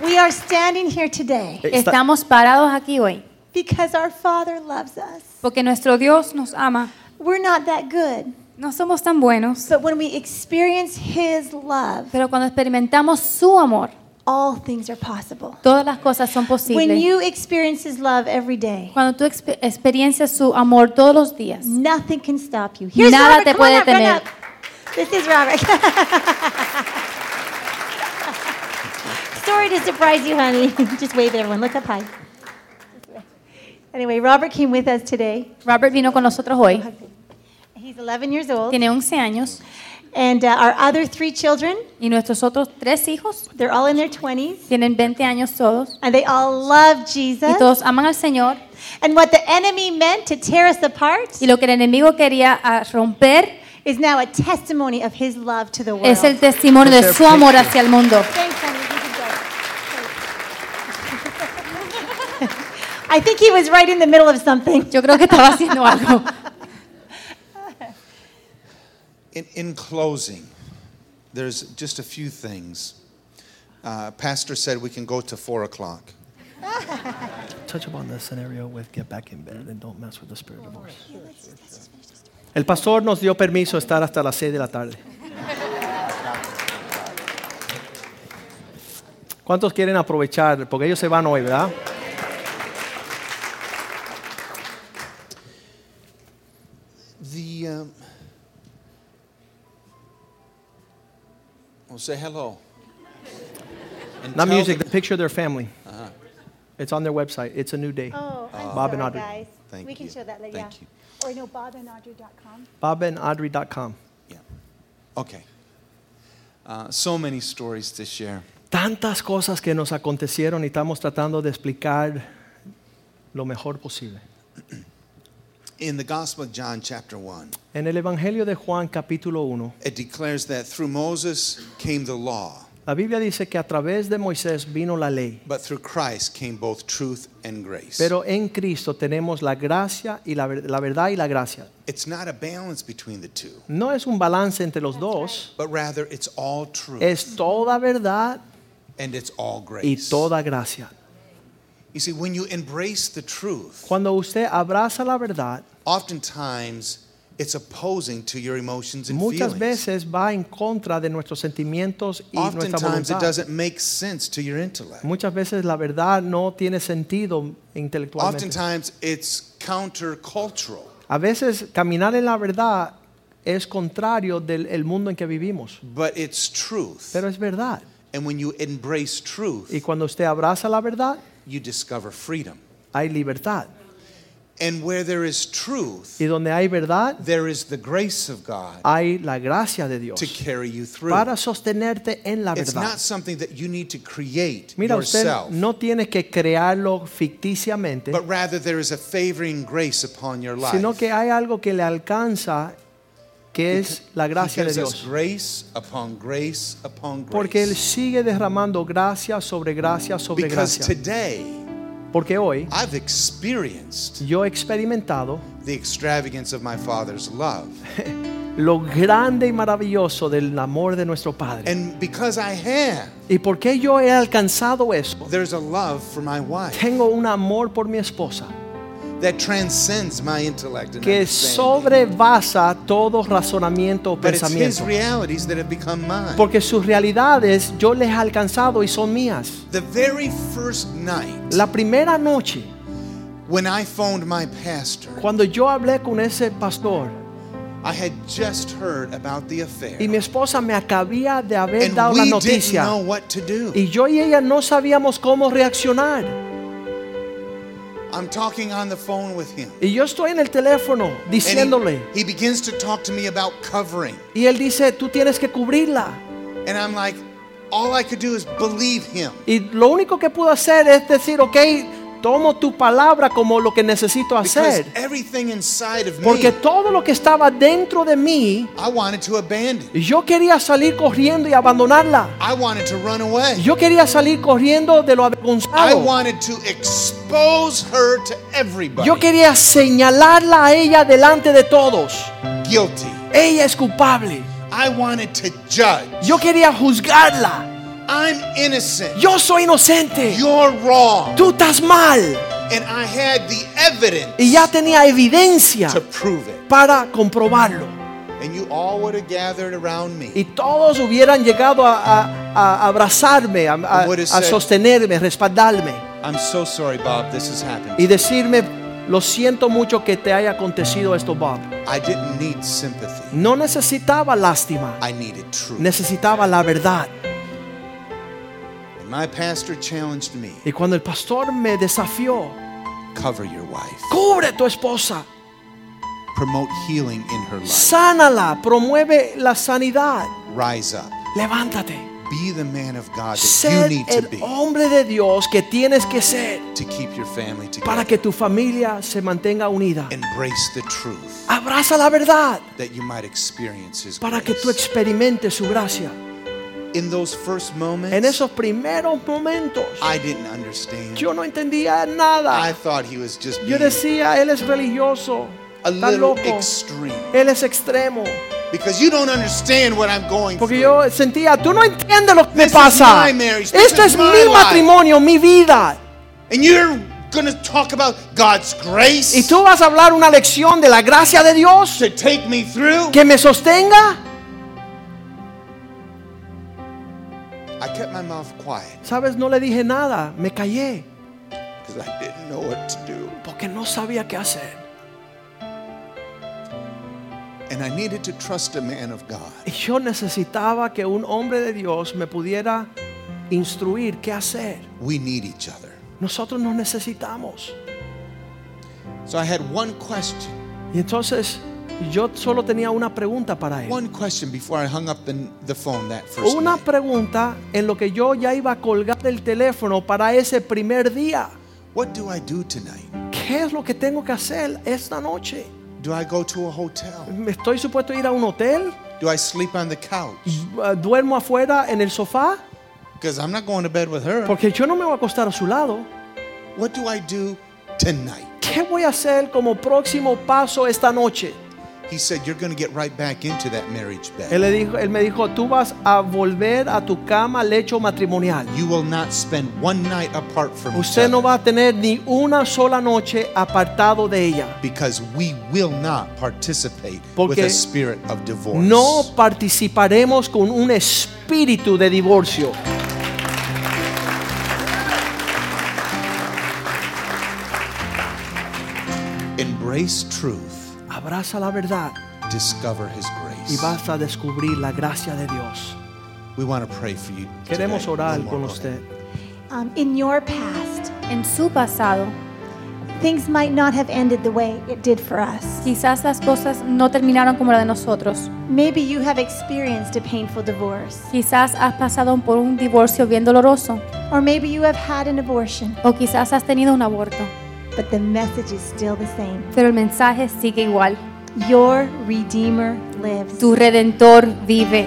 [SPEAKER 1] We are standing here today
[SPEAKER 2] Eh, Está-
[SPEAKER 3] Estamos parados aquí hoy
[SPEAKER 1] because our Father loves us.
[SPEAKER 3] porque nuestro Dios nos ama.
[SPEAKER 1] We're not that good,
[SPEAKER 3] No somos tan buenos,
[SPEAKER 1] but when we experience His love,
[SPEAKER 3] pero cuando experimentamos su amor,
[SPEAKER 1] all things are possible.
[SPEAKER 3] todas las cosas son
[SPEAKER 1] When
[SPEAKER 3] posibles.
[SPEAKER 1] you experience His love every day,
[SPEAKER 3] Cuando tú exper- experiencias su amor todos los días,
[SPEAKER 1] nothing can stop you. Here's
[SPEAKER 3] Nada
[SPEAKER 1] Robert.
[SPEAKER 3] te
[SPEAKER 1] Come on
[SPEAKER 3] puede
[SPEAKER 1] up, run
[SPEAKER 3] detener.
[SPEAKER 1] up. This is Robert. [LAUGHS] Story to surprise you, honey. [LAUGHS] Just wave at everyone. Look up high. Anyway, Robert came with us today.
[SPEAKER 3] Robert vino con nosotros hoy.
[SPEAKER 1] He's 11 years old.
[SPEAKER 3] Tiene 11 años
[SPEAKER 1] And uh, our other three children,
[SPEAKER 3] y nuestros otros tres hijos
[SPEAKER 1] they're all in their 20s.
[SPEAKER 3] tienen 20 años todos
[SPEAKER 1] And they all love
[SPEAKER 3] y
[SPEAKER 1] Jesus.
[SPEAKER 3] todos aman al Señor.
[SPEAKER 1] And what the enemy meant to tear us apart
[SPEAKER 3] Y lo que el enemigo quería ah, romper
[SPEAKER 1] is now a testimony of his love to the world.
[SPEAKER 3] es el testimonio de su amor hacia el mundo.
[SPEAKER 1] Thanks, honey. You can go. [LAUGHS] I think he was right in the middle of something.
[SPEAKER 3] Yo creo que estaba haciendo algo.
[SPEAKER 4] In, in closing, there's just a few things. Uh, Pastor said we can go to four o'clock.
[SPEAKER 2] El pastor nos dio permiso de estar hasta las 6 de la tarde. ¿Cuántos quieren aprovechar? Porque ellos se van hoy, ¿verdad?
[SPEAKER 4] The um, well, say hello. And
[SPEAKER 2] Not
[SPEAKER 4] tell
[SPEAKER 2] music, the
[SPEAKER 4] them-
[SPEAKER 2] picture of their family. It's on their website. It's a new day.
[SPEAKER 4] Uh,
[SPEAKER 1] Oh, I'm
[SPEAKER 2] Bob and
[SPEAKER 1] sorry,
[SPEAKER 2] Audrey.
[SPEAKER 1] guys.
[SPEAKER 4] Thank
[SPEAKER 1] we can
[SPEAKER 4] you.
[SPEAKER 1] show that later.
[SPEAKER 4] Thank
[SPEAKER 1] yeah. Or no, bobandaudrey.com.
[SPEAKER 2] BobandAudrey.com.
[SPEAKER 4] yeah. Okay. Uh, so many stories to share.
[SPEAKER 2] Tantas cosas que nos acontecieron y estamos tratando de explicar lo mejor posible.
[SPEAKER 4] In the Gospel of John, chapter one,
[SPEAKER 2] En el Evangelio de Juan capítulo 1,
[SPEAKER 4] it declares that through Moses came the law,
[SPEAKER 2] la Biblia dice que a través de Moisés vino la ley,
[SPEAKER 4] but through Christ came both truth and grace.
[SPEAKER 2] pero en Cristo tenemos la gracia y la, ver- la verdad y la gracia.
[SPEAKER 4] it's not a balance between the two.
[SPEAKER 2] No es un balance entre los dos,
[SPEAKER 4] but rather it's all true
[SPEAKER 2] es toda verdad
[SPEAKER 4] and it's all grace.
[SPEAKER 2] y toda gracia.
[SPEAKER 4] You see, when you embrace the truth,
[SPEAKER 2] Cuando usted abraza la verdad,
[SPEAKER 4] oftentimes it's opposing to your emotions and
[SPEAKER 2] muchas
[SPEAKER 4] feelings.
[SPEAKER 2] veces va en contra de nuestros sentimientos y nuestra
[SPEAKER 4] oftentimes it
[SPEAKER 2] voluntad.
[SPEAKER 4] doesn't make sense to your intellect.
[SPEAKER 2] Muchas veces la verdad no tiene sentido intelectualmente.
[SPEAKER 4] Oftentimes it's countercultural.
[SPEAKER 2] A veces caminar en la verdad es contrario del el mundo en que vivimos,
[SPEAKER 4] but it's truth.
[SPEAKER 2] pero es verdad.
[SPEAKER 4] And when you embrace
[SPEAKER 2] Y
[SPEAKER 4] truth,
[SPEAKER 2] cuando usted abraza la verdad,
[SPEAKER 4] you discover freedom.
[SPEAKER 2] hay libertad.
[SPEAKER 4] And where there is truth,
[SPEAKER 2] Y donde hay verdad,
[SPEAKER 4] there is the grace of God
[SPEAKER 2] hay la gracia de Dios
[SPEAKER 4] to carry you through.
[SPEAKER 2] para sostenerte en la
[SPEAKER 4] It's
[SPEAKER 2] verdad.
[SPEAKER 4] not something that you need to create
[SPEAKER 2] Mira, usted
[SPEAKER 4] yourself,
[SPEAKER 2] no tiene que crearlo ficticiamente,
[SPEAKER 4] but rather there is a favoring grace upon your life.
[SPEAKER 2] sino que hay algo que le alcanza, que es la gracia
[SPEAKER 4] he
[SPEAKER 2] de
[SPEAKER 4] gives us
[SPEAKER 2] Dios.
[SPEAKER 4] grace upon grace upon grace.
[SPEAKER 2] Porque Él sigue derramando gracia sobre gracia sobre
[SPEAKER 4] because
[SPEAKER 2] gracia.
[SPEAKER 4] today
[SPEAKER 2] Porque hoy
[SPEAKER 4] I've experienced
[SPEAKER 2] yo he experimentado
[SPEAKER 4] the extravagance of my Father's love.
[SPEAKER 2] lo grande y maravilloso del amor de nuestro Padre.
[SPEAKER 4] And because I have,
[SPEAKER 2] ¿Y por qué yo he alcanzado eso?
[SPEAKER 4] there's a love for my wife
[SPEAKER 2] Tengo un amor por mi esposa
[SPEAKER 4] that transcends my intellect and
[SPEAKER 2] que
[SPEAKER 4] understanding.
[SPEAKER 2] sobrepasa todo razonamiento o
[SPEAKER 4] But it's his
[SPEAKER 2] pensamiento.
[SPEAKER 4] realities that have become mine.
[SPEAKER 2] Porque sus realidades yo les he alcanzado y son mías.
[SPEAKER 4] the very first night
[SPEAKER 2] La primera noche,
[SPEAKER 4] when I phoned my pastor,
[SPEAKER 2] cuando yo hablé con ese pastor
[SPEAKER 4] I had just heard about the affair.
[SPEAKER 2] y mi esposa me acabía de haber
[SPEAKER 4] and
[SPEAKER 2] dado la
[SPEAKER 4] we didn't
[SPEAKER 2] noticia
[SPEAKER 4] know what to do.
[SPEAKER 2] y yo y ella no sabíamos cómo reaccionar.
[SPEAKER 4] I'm talking on the phone with him.
[SPEAKER 2] Y yo estoy en el teléfono
[SPEAKER 4] And
[SPEAKER 2] diciéndole
[SPEAKER 4] he, he begins to talk to me about covering.
[SPEAKER 2] y él dice, tú tienes que cubrirla.
[SPEAKER 4] And I'm like, all I could do is believe him.
[SPEAKER 2] Y lo único que puedo hacer es decir, ok, tomo tu palabra como lo que necesito
[SPEAKER 4] Because
[SPEAKER 2] hacer.
[SPEAKER 4] everything inside of me,
[SPEAKER 2] Porque todo lo que estaba dentro de mí,
[SPEAKER 4] I wanted to abandon.
[SPEAKER 2] yo quería salir corriendo y abandonarla.
[SPEAKER 4] I wanted to run away.
[SPEAKER 2] Yo quería salir corriendo de lo
[SPEAKER 4] I
[SPEAKER 2] avergonzado.
[SPEAKER 4] wanted to expose her to everybody.
[SPEAKER 2] Yo quería señalarla a ella delante de todos.
[SPEAKER 4] guilty.
[SPEAKER 2] Ella es culpable.
[SPEAKER 4] I wanted to judge.
[SPEAKER 2] Yo quería juzgarla.
[SPEAKER 4] I'm innocent.
[SPEAKER 2] Yo soy inocente.
[SPEAKER 4] You're wrong.
[SPEAKER 2] Tú estás mal.
[SPEAKER 4] And I had the evidence
[SPEAKER 2] Y ya tenía evidencia
[SPEAKER 4] to prove it.
[SPEAKER 2] para comprobarlo.
[SPEAKER 4] And you all would have gathered around me.
[SPEAKER 2] Y todos hubieran llegado a, a- a abrazarme, a, a-
[SPEAKER 4] And would have
[SPEAKER 2] a
[SPEAKER 4] said-
[SPEAKER 2] sostenerme, respaldarme
[SPEAKER 4] I'm so sorry, Bob. This has happened.
[SPEAKER 2] y decirme, lo siento mucho que te haya acontecido esto, Bob.
[SPEAKER 4] I didn't need sympathy.
[SPEAKER 2] No necesitaba lástima,
[SPEAKER 4] I needed truth.
[SPEAKER 2] necesitaba la verdad.
[SPEAKER 4] And my pastor challenged me
[SPEAKER 2] Y cuando el pastor me desafió,
[SPEAKER 4] cover your wife,
[SPEAKER 2] cubre tu esposa,
[SPEAKER 4] promote healing in her life,
[SPEAKER 2] sánala, promueve la sanidad,
[SPEAKER 4] rise up,
[SPEAKER 2] levántate.
[SPEAKER 4] be the man of God that you
[SPEAKER 2] Ser
[SPEAKER 4] need to
[SPEAKER 2] el
[SPEAKER 4] be
[SPEAKER 2] hombre de Dios que tienes que ser
[SPEAKER 4] to keep your family
[SPEAKER 2] para
[SPEAKER 4] together.
[SPEAKER 2] que tu familia se mantenga unida.
[SPEAKER 4] Embrace the truth
[SPEAKER 2] Abraza la verdad.
[SPEAKER 4] that you might experience His
[SPEAKER 2] para que tú
[SPEAKER 4] grace.
[SPEAKER 2] experimentes su gracia.
[SPEAKER 4] In those first moments,
[SPEAKER 2] En esos primeros momentos,
[SPEAKER 4] I didn't understand.
[SPEAKER 2] yo no entendía
[SPEAKER 4] I
[SPEAKER 2] nada.
[SPEAKER 4] thought he was just
[SPEAKER 2] Yo
[SPEAKER 4] being
[SPEAKER 2] decía, él es religioso,
[SPEAKER 4] a
[SPEAKER 2] está
[SPEAKER 4] little
[SPEAKER 2] loco,
[SPEAKER 4] extreme
[SPEAKER 2] él es extremo.
[SPEAKER 4] because you don't understand what I'm going
[SPEAKER 2] Porque
[SPEAKER 4] through.
[SPEAKER 2] yo sentía, tú no entiendes lo que me
[SPEAKER 4] This is
[SPEAKER 2] pasa.
[SPEAKER 4] my marriage, this
[SPEAKER 2] Este
[SPEAKER 4] is
[SPEAKER 2] es
[SPEAKER 4] my
[SPEAKER 2] mi
[SPEAKER 4] life."
[SPEAKER 2] matrimonio, mi vida.
[SPEAKER 4] And you're going to talk about God's grace
[SPEAKER 2] Y tú vas a hablar una lección de la gracia de Dios
[SPEAKER 4] to take me through.
[SPEAKER 2] que me sostenga.
[SPEAKER 4] I kept my mouth quiet
[SPEAKER 2] Sabes, no le dije nada, me callé
[SPEAKER 4] because I didn't know what to do.
[SPEAKER 2] porque no sabía qué hacer.
[SPEAKER 4] And I needed to trust a man of God
[SPEAKER 2] Y yo necesitaba que un hombre de Dios me pudiera instruir qué hacer.
[SPEAKER 4] we need each other.
[SPEAKER 2] Nosotros nos necesitamos.
[SPEAKER 4] So I had one question,
[SPEAKER 2] Y entonces yo solo tenía una pregunta para él.
[SPEAKER 4] one question before I hung up the, the phone that first
[SPEAKER 2] Una
[SPEAKER 4] night.
[SPEAKER 2] pregunta en lo que yo ya iba a colgar el teléfono para ese primer día.
[SPEAKER 4] What do I do tonight?
[SPEAKER 2] ¿Qué es lo que tengo que hacer esta noche?
[SPEAKER 4] Do I go to a hotel?
[SPEAKER 2] ¿Me estoy supuesto a ir a un hotel?
[SPEAKER 4] Do I sleep on the couch?
[SPEAKER 2] Uh, ¿Duermo afuera en el sofá?
[SPEAKER 4] Because I'm not going to bed with her.
[SPEAKER 2] Porque yo no me voy a acostar a su lado.
[SPEAKER 4] What do I do tonight?
[SPEAKER 2] ¿Qué voy a hacer como próximo paso esta noche?
[SPEAKER 4] He said, You're going to get right back into that marriage bed.
[SPEAKER 2] Él, le dijo, él me dijo, tú vas a volver a tu cama lecho matrimonial.
[SPEAKER 4] You will not spend one night apart from each
[SPEAKER 2] Usted
[SPEAKER 4] other
[SPEAKER 2] no va a tener ni una sola noche apartado de ella.
[SPEAKER 4] because we will not participate with
[SPEAKER 2] Porque
[SPEAKER 4] a spirit of divorce.
[SPEAKER 2] No participaremos con un espíritu de divorcio.
[SPEAKER 4] Embrace truth
[SPEAKER 2] Abraza la verdad
[SPEAKER 4] Discover His
[SPEAKER 2] y
[SPEAKER 4] grace.
[SPEAKER 2] vas a descubrir la gracia de Dios.
[SPEAKER 4] We want to pray for you. today.
[SPEAKER 2] Queremos orar
[SPEAKER 4] One more,
[SPEAKER 2] con
[SPEAKER 4] go
[SPEAKER 2] usted.
[SPEAKER 4] ahead.
[SPEAKER 1] Um, in your past,
[SPEAKER 3] En su pasado,
[SPEAKER 1] things might not have ended the way it did for us.
[SPEAKER 3] quizás las cosas no terminaron como la de nosotros.
[SPEAKER 1] Maybe you have experienced a painful divorce,
[SPEAKER 3] Quizás has pasado por un divorcio bien doloroso
[SPEAKER 1] or maybe you have had an abortion,
[SPEAKER 3] o quizás has tenido un aborto,
[SPEAKER 1] but the message is still the same.
[SPEAKER 3] pero el mensaje sigue igual.
[SPEAKER 1] Your Redeemer lives.
[SPEAKER 3] Tu redentor vive.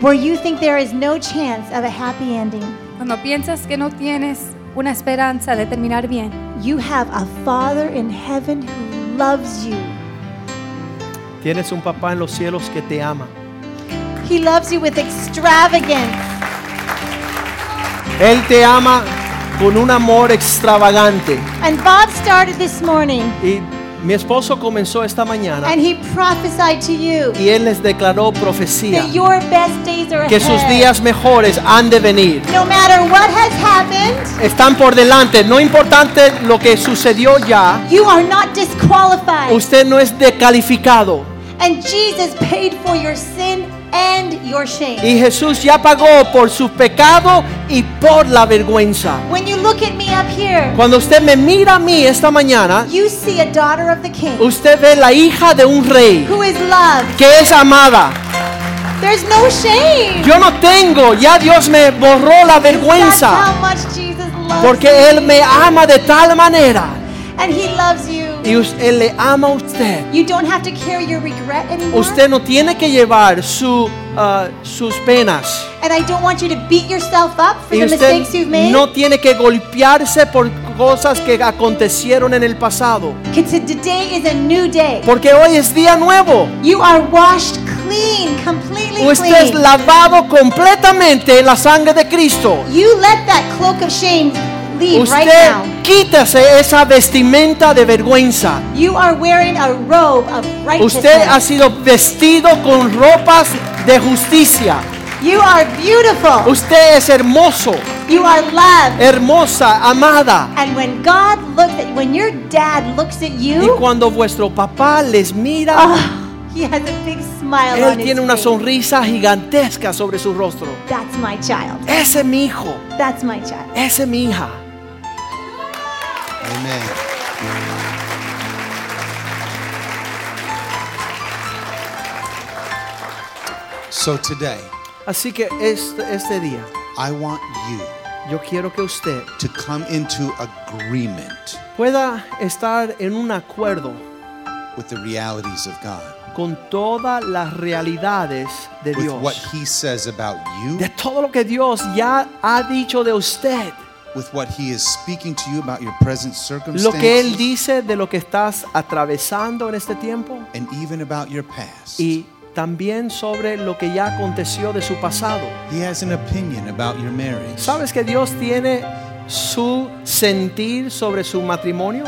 [SPEAKER 1] Where you think there is no chance of a happy ending,
[SPEAKER 3] Cuando piensas que no tienes una esperanza de terminar bien,
[SPEAKER 1] you have a Father in heaven who loves you.
[SPEAKER 2] Tienes un papá en los cielos que te ama.
[SPEAKER 1] He loves you with extravagance.
[SPEAKER 2] Él te ama con un amor extravagante.
[SPEAKER 1] And Bob started this morning,
[SPEAKER 2] Y mi esposo comenzó esta mañana
[SPEAKER 1] and he prophesied to you
[SPEAKER 2] y él les declaró profecía
[SPEAKER 1] that your best days are
[SPEAKER 2] que sus
[SPEAKER 1] ahead.
[SPEAKER 2] días mejores han de venir.
[SPEAKER 1] No matter what has happened,
[SPEAKER 2] Están por delante, no importante lo que sucedió ya,
[SPEAKER 1] you are not disqualified.
[SPEAKER 2] usted no es descalificado.
[SPEAKER 1] And Jesus paid for your sin and your shame.
[SPEAKER 2] Y Jesús ya pagó por su pecado y por la vergüenza.
[SPEAKER 1] When you look at me up here,
[SPEAKER 2] Cuando usted me mira a mí esta mañana,
[SPEAKER 1] you see a daughter of the King
[SPEAKER 2] usted ve la hija de un rey
[SPEAKER 1] who is loved.
[SPEAKER 2] que es amada.
[SPEAKER 1] There's no shame.
[SPEAKER 2] Yo no tengo, ya Dios me borró la
[SPEAKER 1] That's
[SPEAKER 2] vergüenza
[SPEAKER 1] how much Jesus loves
[SPEAKER 2] porque Él me ama de tal manera
[SPEAKER 1] you. And He loves you.
[SPEAKER 2] y us- Él le ama a usted.
[SPEAKER 1] You don't have to carry your regret anymore.
[SPEAKER 2] Usted no tiene que llevar su, ah, sus penas
[SPEAKER 1] And I don't want you to beat yourself up for
[SPEAKER 2] y
[SPEAKER 1] the
[SPEAKER 2] usted
[SPEAKER 1] mistakes you've made.
[SPEAKER 2] no tiene que golpearse por cosas que acontecieron en el pasado
[SPEAKER 1] 'Cause Today is a new day.
[SPEAKER 2] porque hoy es día nuevo.
[SPEAKER 1] You are washed clean, completely
[SPEAKER 2] Usted es
[SPEAKER 1] clean.
[SPEAKER 2] lavado completamente en la sangre de Cristo.
[SPEAKER 1] You let that cloak of shame leave right
[SPEAKER 2] Usted
[SPEAKER 1] now.
[SPEAKER 2] quítase esa vestimenta de vergüenza.
[SPEAKER 1] You are wearing a robe of righteousness.
[SPEAKER 2] Usted ha sido vestido con ropas de justicia.
[SPEAKER 1] you are beautiful.
[SPEAKER 2] Usted es hermoso,
[SPEAKER 1] You are loved.
[SPEAKER 2] hermosa, amada.
[SPEAKER 1] And when God looks at when your dad looks at
[SPEAKER 2] Y
[SPEAKER 1] you,
[SPEAKER 2] cuando vuestro papá les mira,
[SPEAKER 1] oh, he has a big smile
[SPEAKER 2] él
[SPEAKER 1] on his
[SPEAKER 2] tiene una
[SPEAKER 1] face.
[SPEAKER 2] sonrisa gigantesca sobre su rostro.
[SPEAKER 1] That's my child.
[SPEAKER 2] Ese es mi hijo,
[SPEAKER 1] That's my child.
[SPEAKER 2] ese es mi hija.
[SPEAKER 4] Amen. So today,
[SPEAKER 2] Así que este, este día,
[SPEAKER 4] I want you
[SPEAKER 2] yo quiero que usted
[SPEAKER 4] to come into agreement
[SPEAKER 2] pueda estar en un acuerdo
[SPEAKER 4] with the realities of God,
[SPEAKER 2] con todas las realidades de
[SPEAKER 4] with what
[SPEAKER 2] Dios.
[SPEAKER 4] He says about you,
[SPEAKER 2] De todo lo que Dios ya ha dicho de usted.
[SPEAKER 4] with what He is speaking to you about your present
[SPEAKER 2] Lo que Él
[SPEAKER 4] circumstances,
[SPEAKER 2] dice de lo que estás atravesando en este tiempo.
[SPEAKER 4] and even about your past.
[SPEAKER 2] Y también sobre lo que ya aconteció de su pasado.
[SPEAKER 4] He has an opinion about your marriage.
[SPEAKER 2] ¿Sabes que Dios tiene su sentir sobre su matrimonio?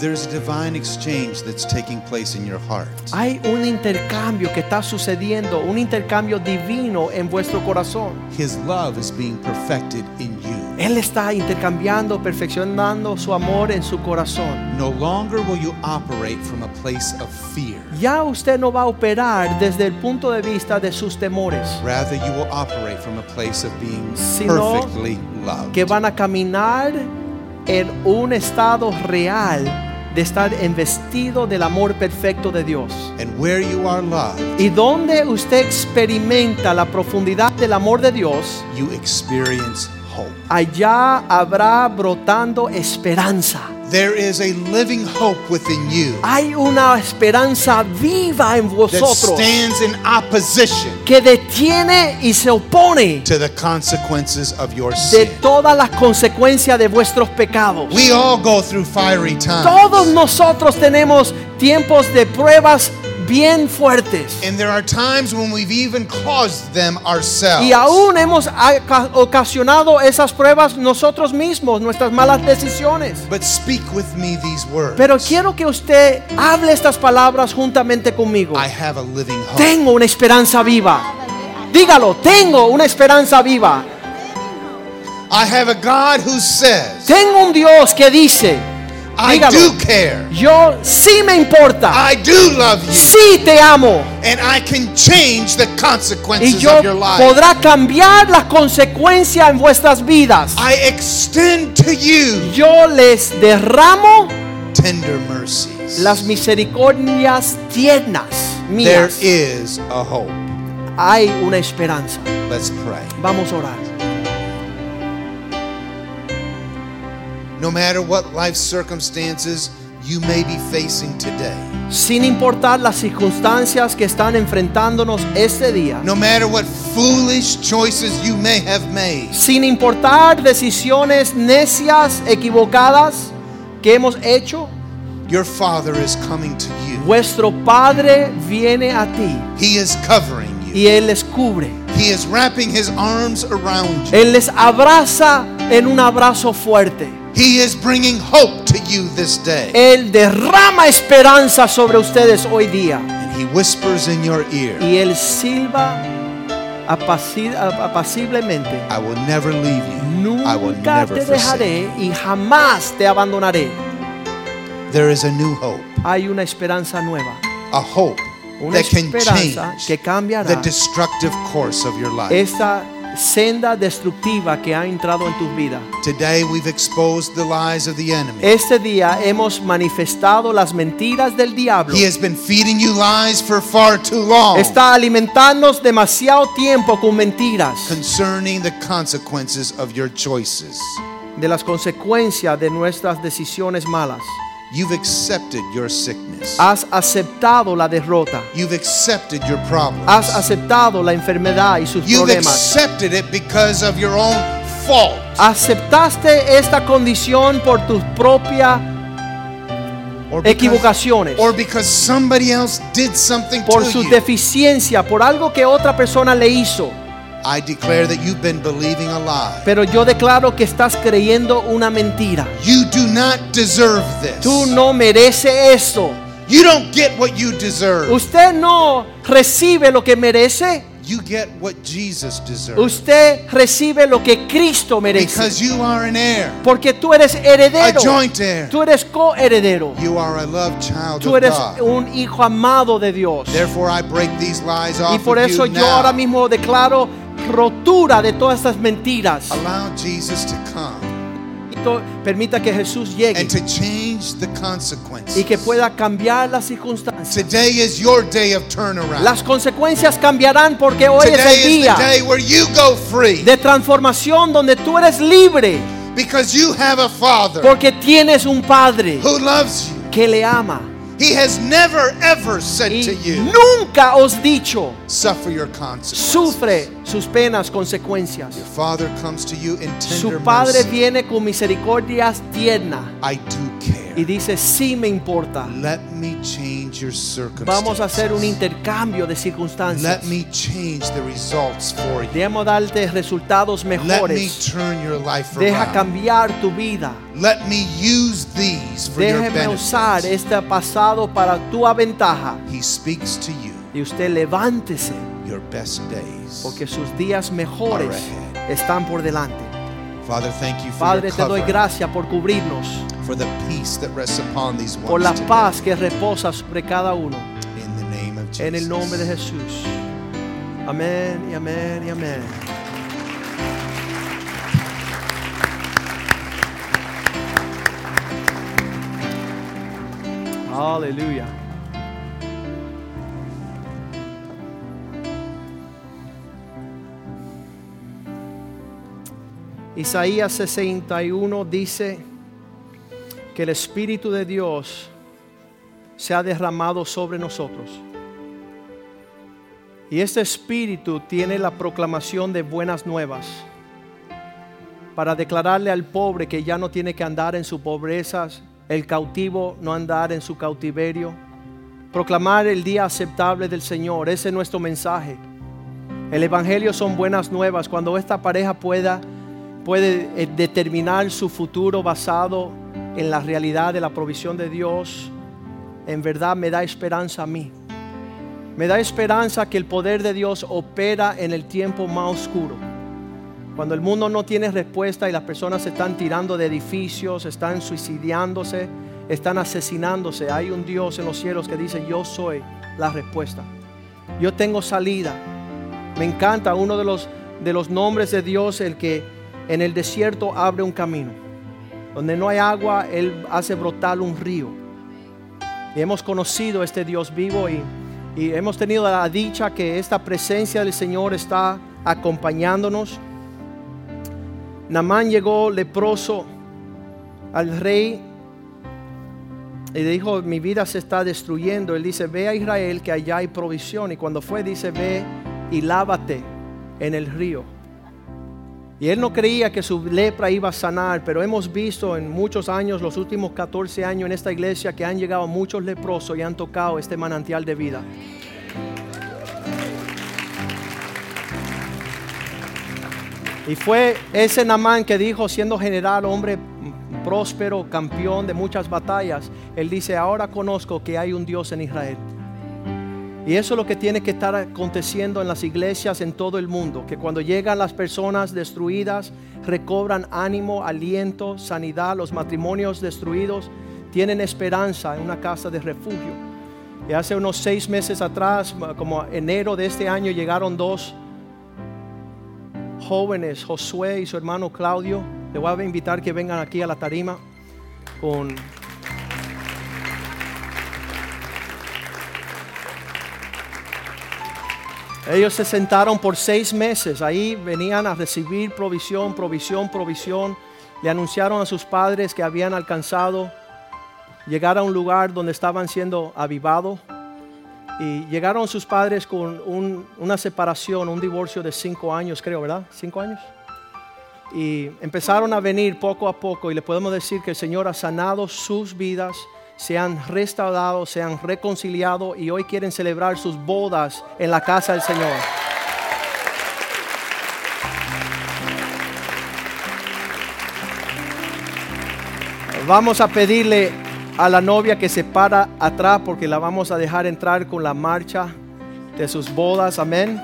[SPEAKER 4] There's a divine exchange that's taking place in your heart.
[SPEAKER 2] Hay un intercambio que está sucediendo, un intercambio divino en vuestro corazón.
[SPEAKER 4] His love is being perfected in you.
[SPEAKER 2] Él está intercambiando, perfeccionando su amor en su corazón.
[SPEAKER 4] No longer will you operate from a place of fear.
[SPEAKER 2] Ya usted no va a operar desde el punto de vista de sus temores,
[SPEAKER 4] Rather, you will operate from a place of being
[SPEAKER 2] Sino
[SPEAKER 4] perfectly loved.
[SPEAKER 2] que van a caminar en un estado real de estar investido del amor perfecto de Dios.
[SPEAKER 4] And where you are loved,
[SPEAKER 2] Y donde usted experimenta la profundidad del amor de Dios,
[SPEAKER 4] you experience hope.
[SPEAKER 2] allá habrá brotando esperanza.
[SPEAKER 4] There is a living hope within you
[SPEAKER 2] Hay una esperanza viva en
[SPEAKER 4] that
[SPEAKER 2] vosotros
[SPEAKER 4] stands in opposition
[SPEAKER 2] que detiene y se opone
[SPEAKER 4] to the consequences of your
[SPEAKER 2] de
[SPEAKER 4] sin.
[SPEAKER 2] todas las consecuencias de vuestros pecados.
[SPEAKER 4] We all go through fiery times.
[SPEAKER 2] Ah. Todos nosotros tenemos tiempos de pruebas bien fuertes.
[SPEAKER 4] And there are times when we've even caused them ourselves.
[SPEAKER 2] Y aún hemos aca- ocasionado esas pruebas nosotros mismos, nuestras malas decisiones.
[SPEAKER 4] But speak with me these words.
[SPEAKER 2] Pero quiero que usted hable estas palabras juntamente conmigo.
[SPEAKER 4] I have a living hope.
[SPEAKER 2] Tengo una esperanza viva. Dígalo, tengo una esperanza viva.
[SPEAKER 4] I have a God who says,
[SPEAKER 2] Tengo un Dios que dice,
[SPEAKER 4] I
[SPEAKER 2] Dígalo.
[SPEAKER 4] do care.
[SPEAKER 2] Yo sí me importa.
[SPEAKER 4] I do love you.
[SPEAKER 2] Sí te amo.
[SPEAKER 4] And I can change the
[SPEAKER 2] Y
[SPEAKER 4] consequences
[SPEAKER 2] yo
[SPEAKER 4] of your life.
[SPEAKER 2] podrá cambiar las consecuencias en vuestras vidas.
[SPEAKER 4] I extend to you
[SPEAKER 2] Yo les derramo
[SPEAKER 4] tender mercies.
[SPEAKER 2] las misericordias tiernas
[SPEAKER 4] There
[SPEAKER 2] mías.
[SPEAKER 4] is a hope.
[SPEAKER 2] Hay una esperanza.
[SPEAKER 4] Let's pray.
[SPEAKER 2] Vamos a orar.
[SPEAKER 4] No matter what life circumstances you may be facing today,
[SPEAKER 2] Sin importar las circunstancias que están enfrentándonos este día.
[SPEAKER 4] no matter what foolish choices you may have made,
[SPEAKER 2] Sin importar decisiones necias, equivocadas que hemos hecho.
[SPEAKER 4] your Father is coming to you.
[SPEAKER 2] Vuestro Padre viene a ti
[SPEAKER 4] He is covering you.
[SPEAKER 2] y Él les cubre.
[SPEAKER 4] He is wrapping his arms around you.
[SPEAKER 2] Él les abraza en un abrazo fuerte.
[SPEAKER 4] He is bringing hope to you this day.
[SPEAKER 2] Él derrama esperanza sobre ustedes hoy día.
[SPEAKER 4] And he whispers in your ear,
[SPEAKER 2] Y Él silba apaci- ap- apaciblemente.
[SPEAKER 4] I will never leave you. I will
[SPEAKER 2] Nunca
[SPEAKER 4] never
[SPEAKER 2] te
[SPEAKER 4] forsake.
[SPEAKER 2] dejaré y jamás te abandonaré.
[SPEAKER 4] you." There is a new hope,
[SPEAKER 2] Hay una esperanza nueva.
[SPEAKER 4] a hope
[SPEAKER 2] Una
[SPEAKER 4] that can
[SPEAKER 2] esperanza
[SPEAKER 4] change
[SPEAKER 2] que cambiará
[SPEAKER 4] the destructive course of your life.
[SPEAKER 2] esa senda destructiva que ha entrado en tus vidas.
[SPEAKER 4] Today we've exposed the lies of the enemy.
[SPEAKER 2] Este día hemos manifestado las mentiras del diablo.
[SPEAKER 4] He has been feeding you lies for far too long
[SPEAKER 2] Está alimentándonos demasiado tiempo con mentiras
[SPEAKER 4] concerning the consequences of your choices.
[SPEAKER 2] de las consecuencias de nuestras decisiones malas.
[SPEAKER 4] You've accepted your sickness.
[SPEAKER 2] Has aceptado la derrota.
[SPEAKER 4] You've accepted your problems.
[SPEAKER 2] Has aceptado la enfermedad y sus
[SPEAKER 4] You've
[SPEAKER 2] problemas.
[SPEAKER 4] accepted it because of your own fault.
[SPEAKER 2] Aceptaste esta condición por tus propias
[SPEAKER 4] Or
[SPEAKER 2] Equivocaciones.
[SPEAKER 4] or because somebody else did something
[SPEAKER 2] por
[SPEAKER 4] to
[SPEAKER 2] su
[SPEAKER 4] you.
[SPEAKER 2] deficiencia, por algo que otra persona le hizo.
[SPEAKER 4] I declare that you've been believing a lie.
[SPEAKER 2] Pero yo declaro que estás creyendo una mentira.
[SPEAKER 4] You do not deserve this.
[SPEAKER 2] Tú no mereces eso.
[SPEAKER 4] You don't get what you deserve.
[SPEAKER 2] Usted no recibe lo que merece.
[SPEAKER 4] you get what Jesus deserves.
[SPEAKER 2] Usted recibe lo que Cristo merece.
[SPEAKER 4] Because you are an heir.
[SPEAKER 2] Porque tú eres heredero.
[SPEAKER 4] A joint heir.
[SPEAKER 2] Tú eres coheredero.
[SPEAKER 4] You are a loved child
[SPEAKER 2] Tú
[SPEAKER 4] of
[SPEAKER 2] eres
[SPEAKER 4] God.
[SPEAKER 2] un hijo amado de Dios.
[SPEAKER 4] Therefore, I break these lies off
[SPEAKER 2] Y por
[SPEAKER 4] of
[SPEAKER 2] eso
[SPEAKER 4] you
[SPEAKER 2] yo
[SPEAKER 4] now.
[SPEAKER 2] ahora mismo declaro rotura de todas estas mentiras.
[SPEAKER 4] Allow Jesus to come
[SPEAKER 2] Permita que Jesús llegue
[SPEAKER 4] and to change the consequences.
[SPEAKER 2] y que pueda cambiar las circunstancias.
[SPEAKER 4] Today is your day of turnaround.
[SPEAKER 2] Las consecuencias cambiarán porque hoy
[SPEAKER 4] Today
[SPEAKER 2] es el
[SPEAKER 4] is the
[SPEAKER 2] día
[SPEAKER 4] day where you go free
[SPEAKER 2] de transformación donde tú eres libre
[SPEAKER 4] because you have a father
[SPEAKER 2] porque tienes un Padre
[SPEAKER 4] who loves you.
[SPEAKER 2] que le ama.
[SPEAKER 4] He has never ever said
[SPEAKER 2] Y
[SPEAKER 4] to you,
[SPEAKER 2] nunca os dicho,
[SPEAKER 4] suffer your consequences.
[SPEAKER 2] sufre sus penas, consecuencias.
[SPEAKER 4] Your father comes to you in tender
[SPEAKER 2] Su Padre
[SPEAKER 4] mercy.
[SPEAKER 2] viene con misericordias tierna
[SPEAKER 4] I do care.
[SPEAKER 2] y dice, sí me importa.
[SPEAKER 4] Let me change your circumstances.
[SPEAKER 2] Vamos a hacer un intercambio de circunstancias.
[SPEAKER 4] Let me change the results for you.
[SPEAKER 2] Debemos darte resultados
[SPEAKER 4] Let me
[SPEAKER 2] mejores.
[SPEAKER 4] turn your life
[SPEAKER 2] Deja
[SPEAKER 4] around.
[SPEAKER 2] cambiar tu vida.
[SPEAKER 4] Let me use these for your
[SPEAKER 2] Déjeme usar
[SPEAKER 4] benefit.
[SPEAKER 2] este pasado para tu ventaja.
[SPEAKER 4] He speaks to you.
[SPEAKER 2] Y usted levántese,
[SPEAKER 4] Your best days.
[SPEAKER 2] porque sus días mejores están por delante.
[SPEAKER 4] Father, thank you for
[SPEAKER 2] Padre,
[SPEAKER 4] your
[SPEAKER 2] te doy
[SPEAKER 4] covering,
[SPEAKER 2] gracias por cubrirnos,
[SPEAKER 4] for the peace that rests upon these ones
[SPEAKER 2] por la
[SPEAKER 4] today.
[SPEAKER 2] paz que reposa sobre cada uno.
[SPEAKER 4] in the name of Jesus.
[SPEAKER 2] En el nombre de Jesús. Amén y amén y amén. Aleluya. Isaías 61 dice que el Espíritu de Dios se ha derramado sobre nosotros. Y este espíritu tiene la proclamación de buenas nuevas para declararle al pobre que ya no tiene que andar en su pobreza, el cautivo no andar en su cautiverio, proclamar el día aceptable del Señor, ese es nuestro mensaje. El evangelio son buenas nuevas cuando esta pareja pueda puede eh, determinar su futuro basado en la realidad de la provisión de Dios, en verdad me da esperanza a mí. Me da esperanza que el poder de Dios opera en el tiempo más oscuro. Cuando el mundo no tiene respuesta y las personas se están tirando de edificios, están suicidándose, están asesinándose. Hay un Dios en los cielos que dice, yo soy la respuesta. Yo tengo salida. Me encanta uno de los, de los nombres de Dios, el que en el desierto abre un camino. Donde no hay agua, Él hace brotar un río. Y hemos conocido este Dios vivo y, y hemos tenido la dicha que esta presencia del Señor está acompañándonos. Namán llegó leproso al rey y le dijo, mi vida se está destruyendo. Él dice, ve a Israel que allá hay provisión. Y cuando fue, dice, ve y lávate en el río. Y él no creía que su lepra iba a sanar, pero hemos visto en muchos años, los últimos 14 años en esta iglesia, que han llegado muchos leprosos y han tocado este manantial de vida. Y fue ese Namán que dijo, siendo general, hombre próspero, campeón de muchas batallas, él dice, ahora conozco que hay un Dios en Israel. Y eso es lo que tiene que estar aconteciendo en las iglesias en todo el mundo, que cuando llegan las personas destruidas, recobran ánimo, aliento, sanidad, los matrimonios destruidos tienen esperanza en una casa de refugio. Y hace unos seis meses atrás, como enero de este año, llegaron dos jóvenes, Josué y su hermano Claudio. Le voy a invitar que vengan aquí a la tarima con... Ellos se sentaron por seis meses, ahí venían a recibir provisión, provisión, provisión. Le anunciaron a sus padres que habían alcanzado llegar a un lugar donde estaban siendo avivados. Y llegaron sus padres con un- una separación, un divorcio de cinco años, creo, ¿verdad? Cinco años. Y empezaron a venir poco a poco y le podemos decir que el Señor ha sanado sus vidas, se han restaurado, se han reconciliado y hoy quieren celebrar sus bodas en la casa del Señor. Vamos a pedirle a la novia que se para atrás porque la vamos a dejar entrar con la marcha de sus bodas. Amén.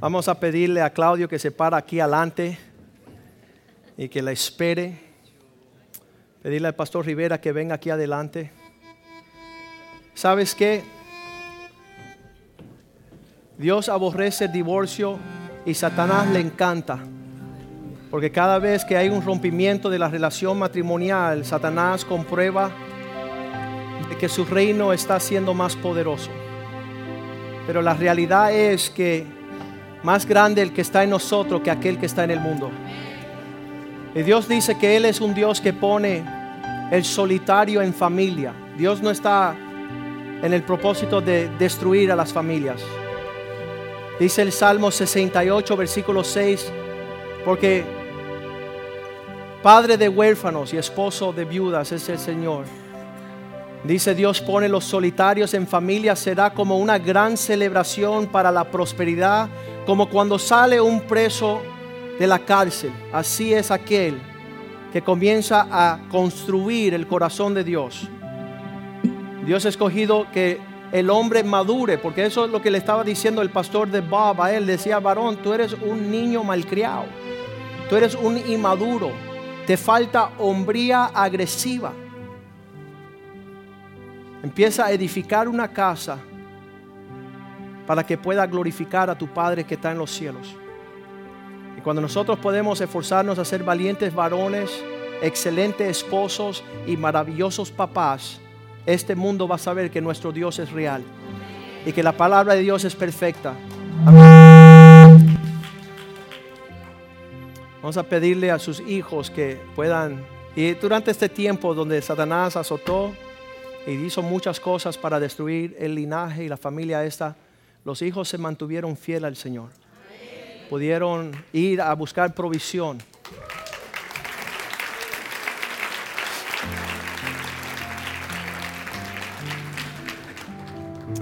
[SPEAKER 2] Vamos a pedirle a Claudio que se para aquí adelante y que la espere. Pedirle al pastor Rivera que venga aquí adelante. ¿Sabes qué? Dios aborrece el divorcio y Satanás le encanta. Porque cada vez que hay un rompimiento de la relación matrimonial, Satanás comprueba de que su reino está siendo más poderoso. Pero la realidad es que más grande el que está en nosotros que aquel que está en el mundo. Y Dios dice que Él es un Dios que pone el solitario en familia. Dios no está en el propósito de destruir a las familias. Dice el Salmo 68, versículo 6, porque padre de huérfanos y esposo de viudas es el Señor. Dice Dios pone los solitarios en familia, será como una gran celebración para la prosperidad, como cuando sale un preso de la cárcel. Así es aquel que comienza a construir el corazón de Dios. Dios ha escogido que el hombre madure, porque eso es lo que le estaba diciendo el pastor de Bob a él. Decía, varón, tú eres un niño malcriado, tú eres un inmaduro, te falta hombría agresiva. Empieza a edificar una casa para que pueda glorificar a tu Padre que está en los cielos. Y cuando nosotros podemos esforzarnos a ser valientes varones, excelentes esposos y maravillosos papás, este mundo va a saber que nuestro Dios es real y que la palabra de Dios es perfecta. Amén. Vamos a pedirle a sus hijos que puedan, y durante este tiempo donde Satanás azotó y hizo muchas cosas para destruir el linaje y la familia esta, los hijos se mantuvieron fiel al Señor pudieron ir a buscar provisión.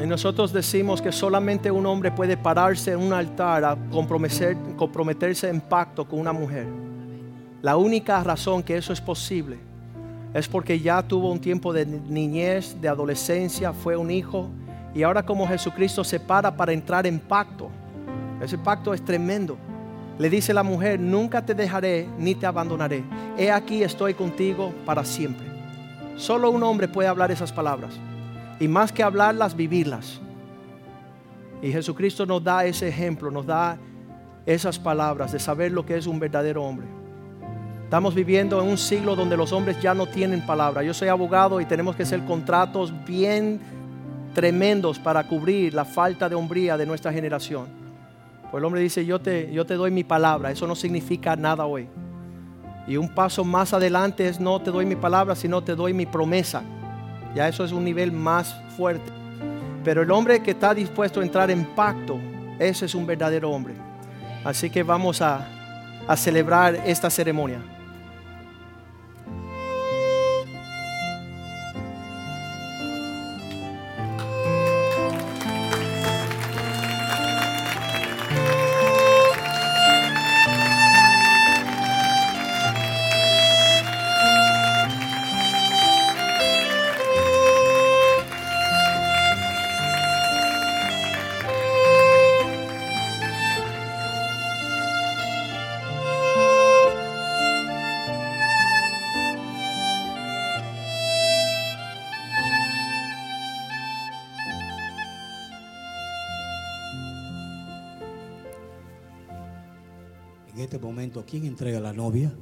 [SPEAKER 2] Y nosotros decimos que solamente un hombre puede pararse en un altar a comprometer- comprometerse en pacto con una mujer. La única razón que eso es posible es porque ya tuvo un tiempo de ni- niñez, de adolescencia, fue un hijo y ahora como Jesucristo se para para entrar en pacto. Ese pacto es tremendo. Le dice la mujer, nunca te dejaré ni te abandonaré. He aquí estoy contigo para siempre. Solo un hombre puede hablar esas palabras. Y más que hablarlas, vivirlas. Y Jesucristo nos da ese ejemplo, nos da esas palabras de saber lo que es un verdadero hombre. Estamos viviendo en un siglo donde los hombres ya no tienen palabra. Yo soy abogado y tenemos que hacer contratos bien tremendos para cubrir la falta de hombría de nuestra generación. Pues el hombre dice, yo te, yo te doy mi palabra, eso no significa nada hoy. Y un paso más adelante es no te doy mi palabra, sino te doy mi promesa. Ya eso es un nivel más fuerte. Pero el hombre que está dispuesto a entrar en pacto, ese es un verdadero hombre. Así que vamos a, a celebrar esta ceremonia.
[SPEAKER 6] En este momento, ¿quién entrega la novia?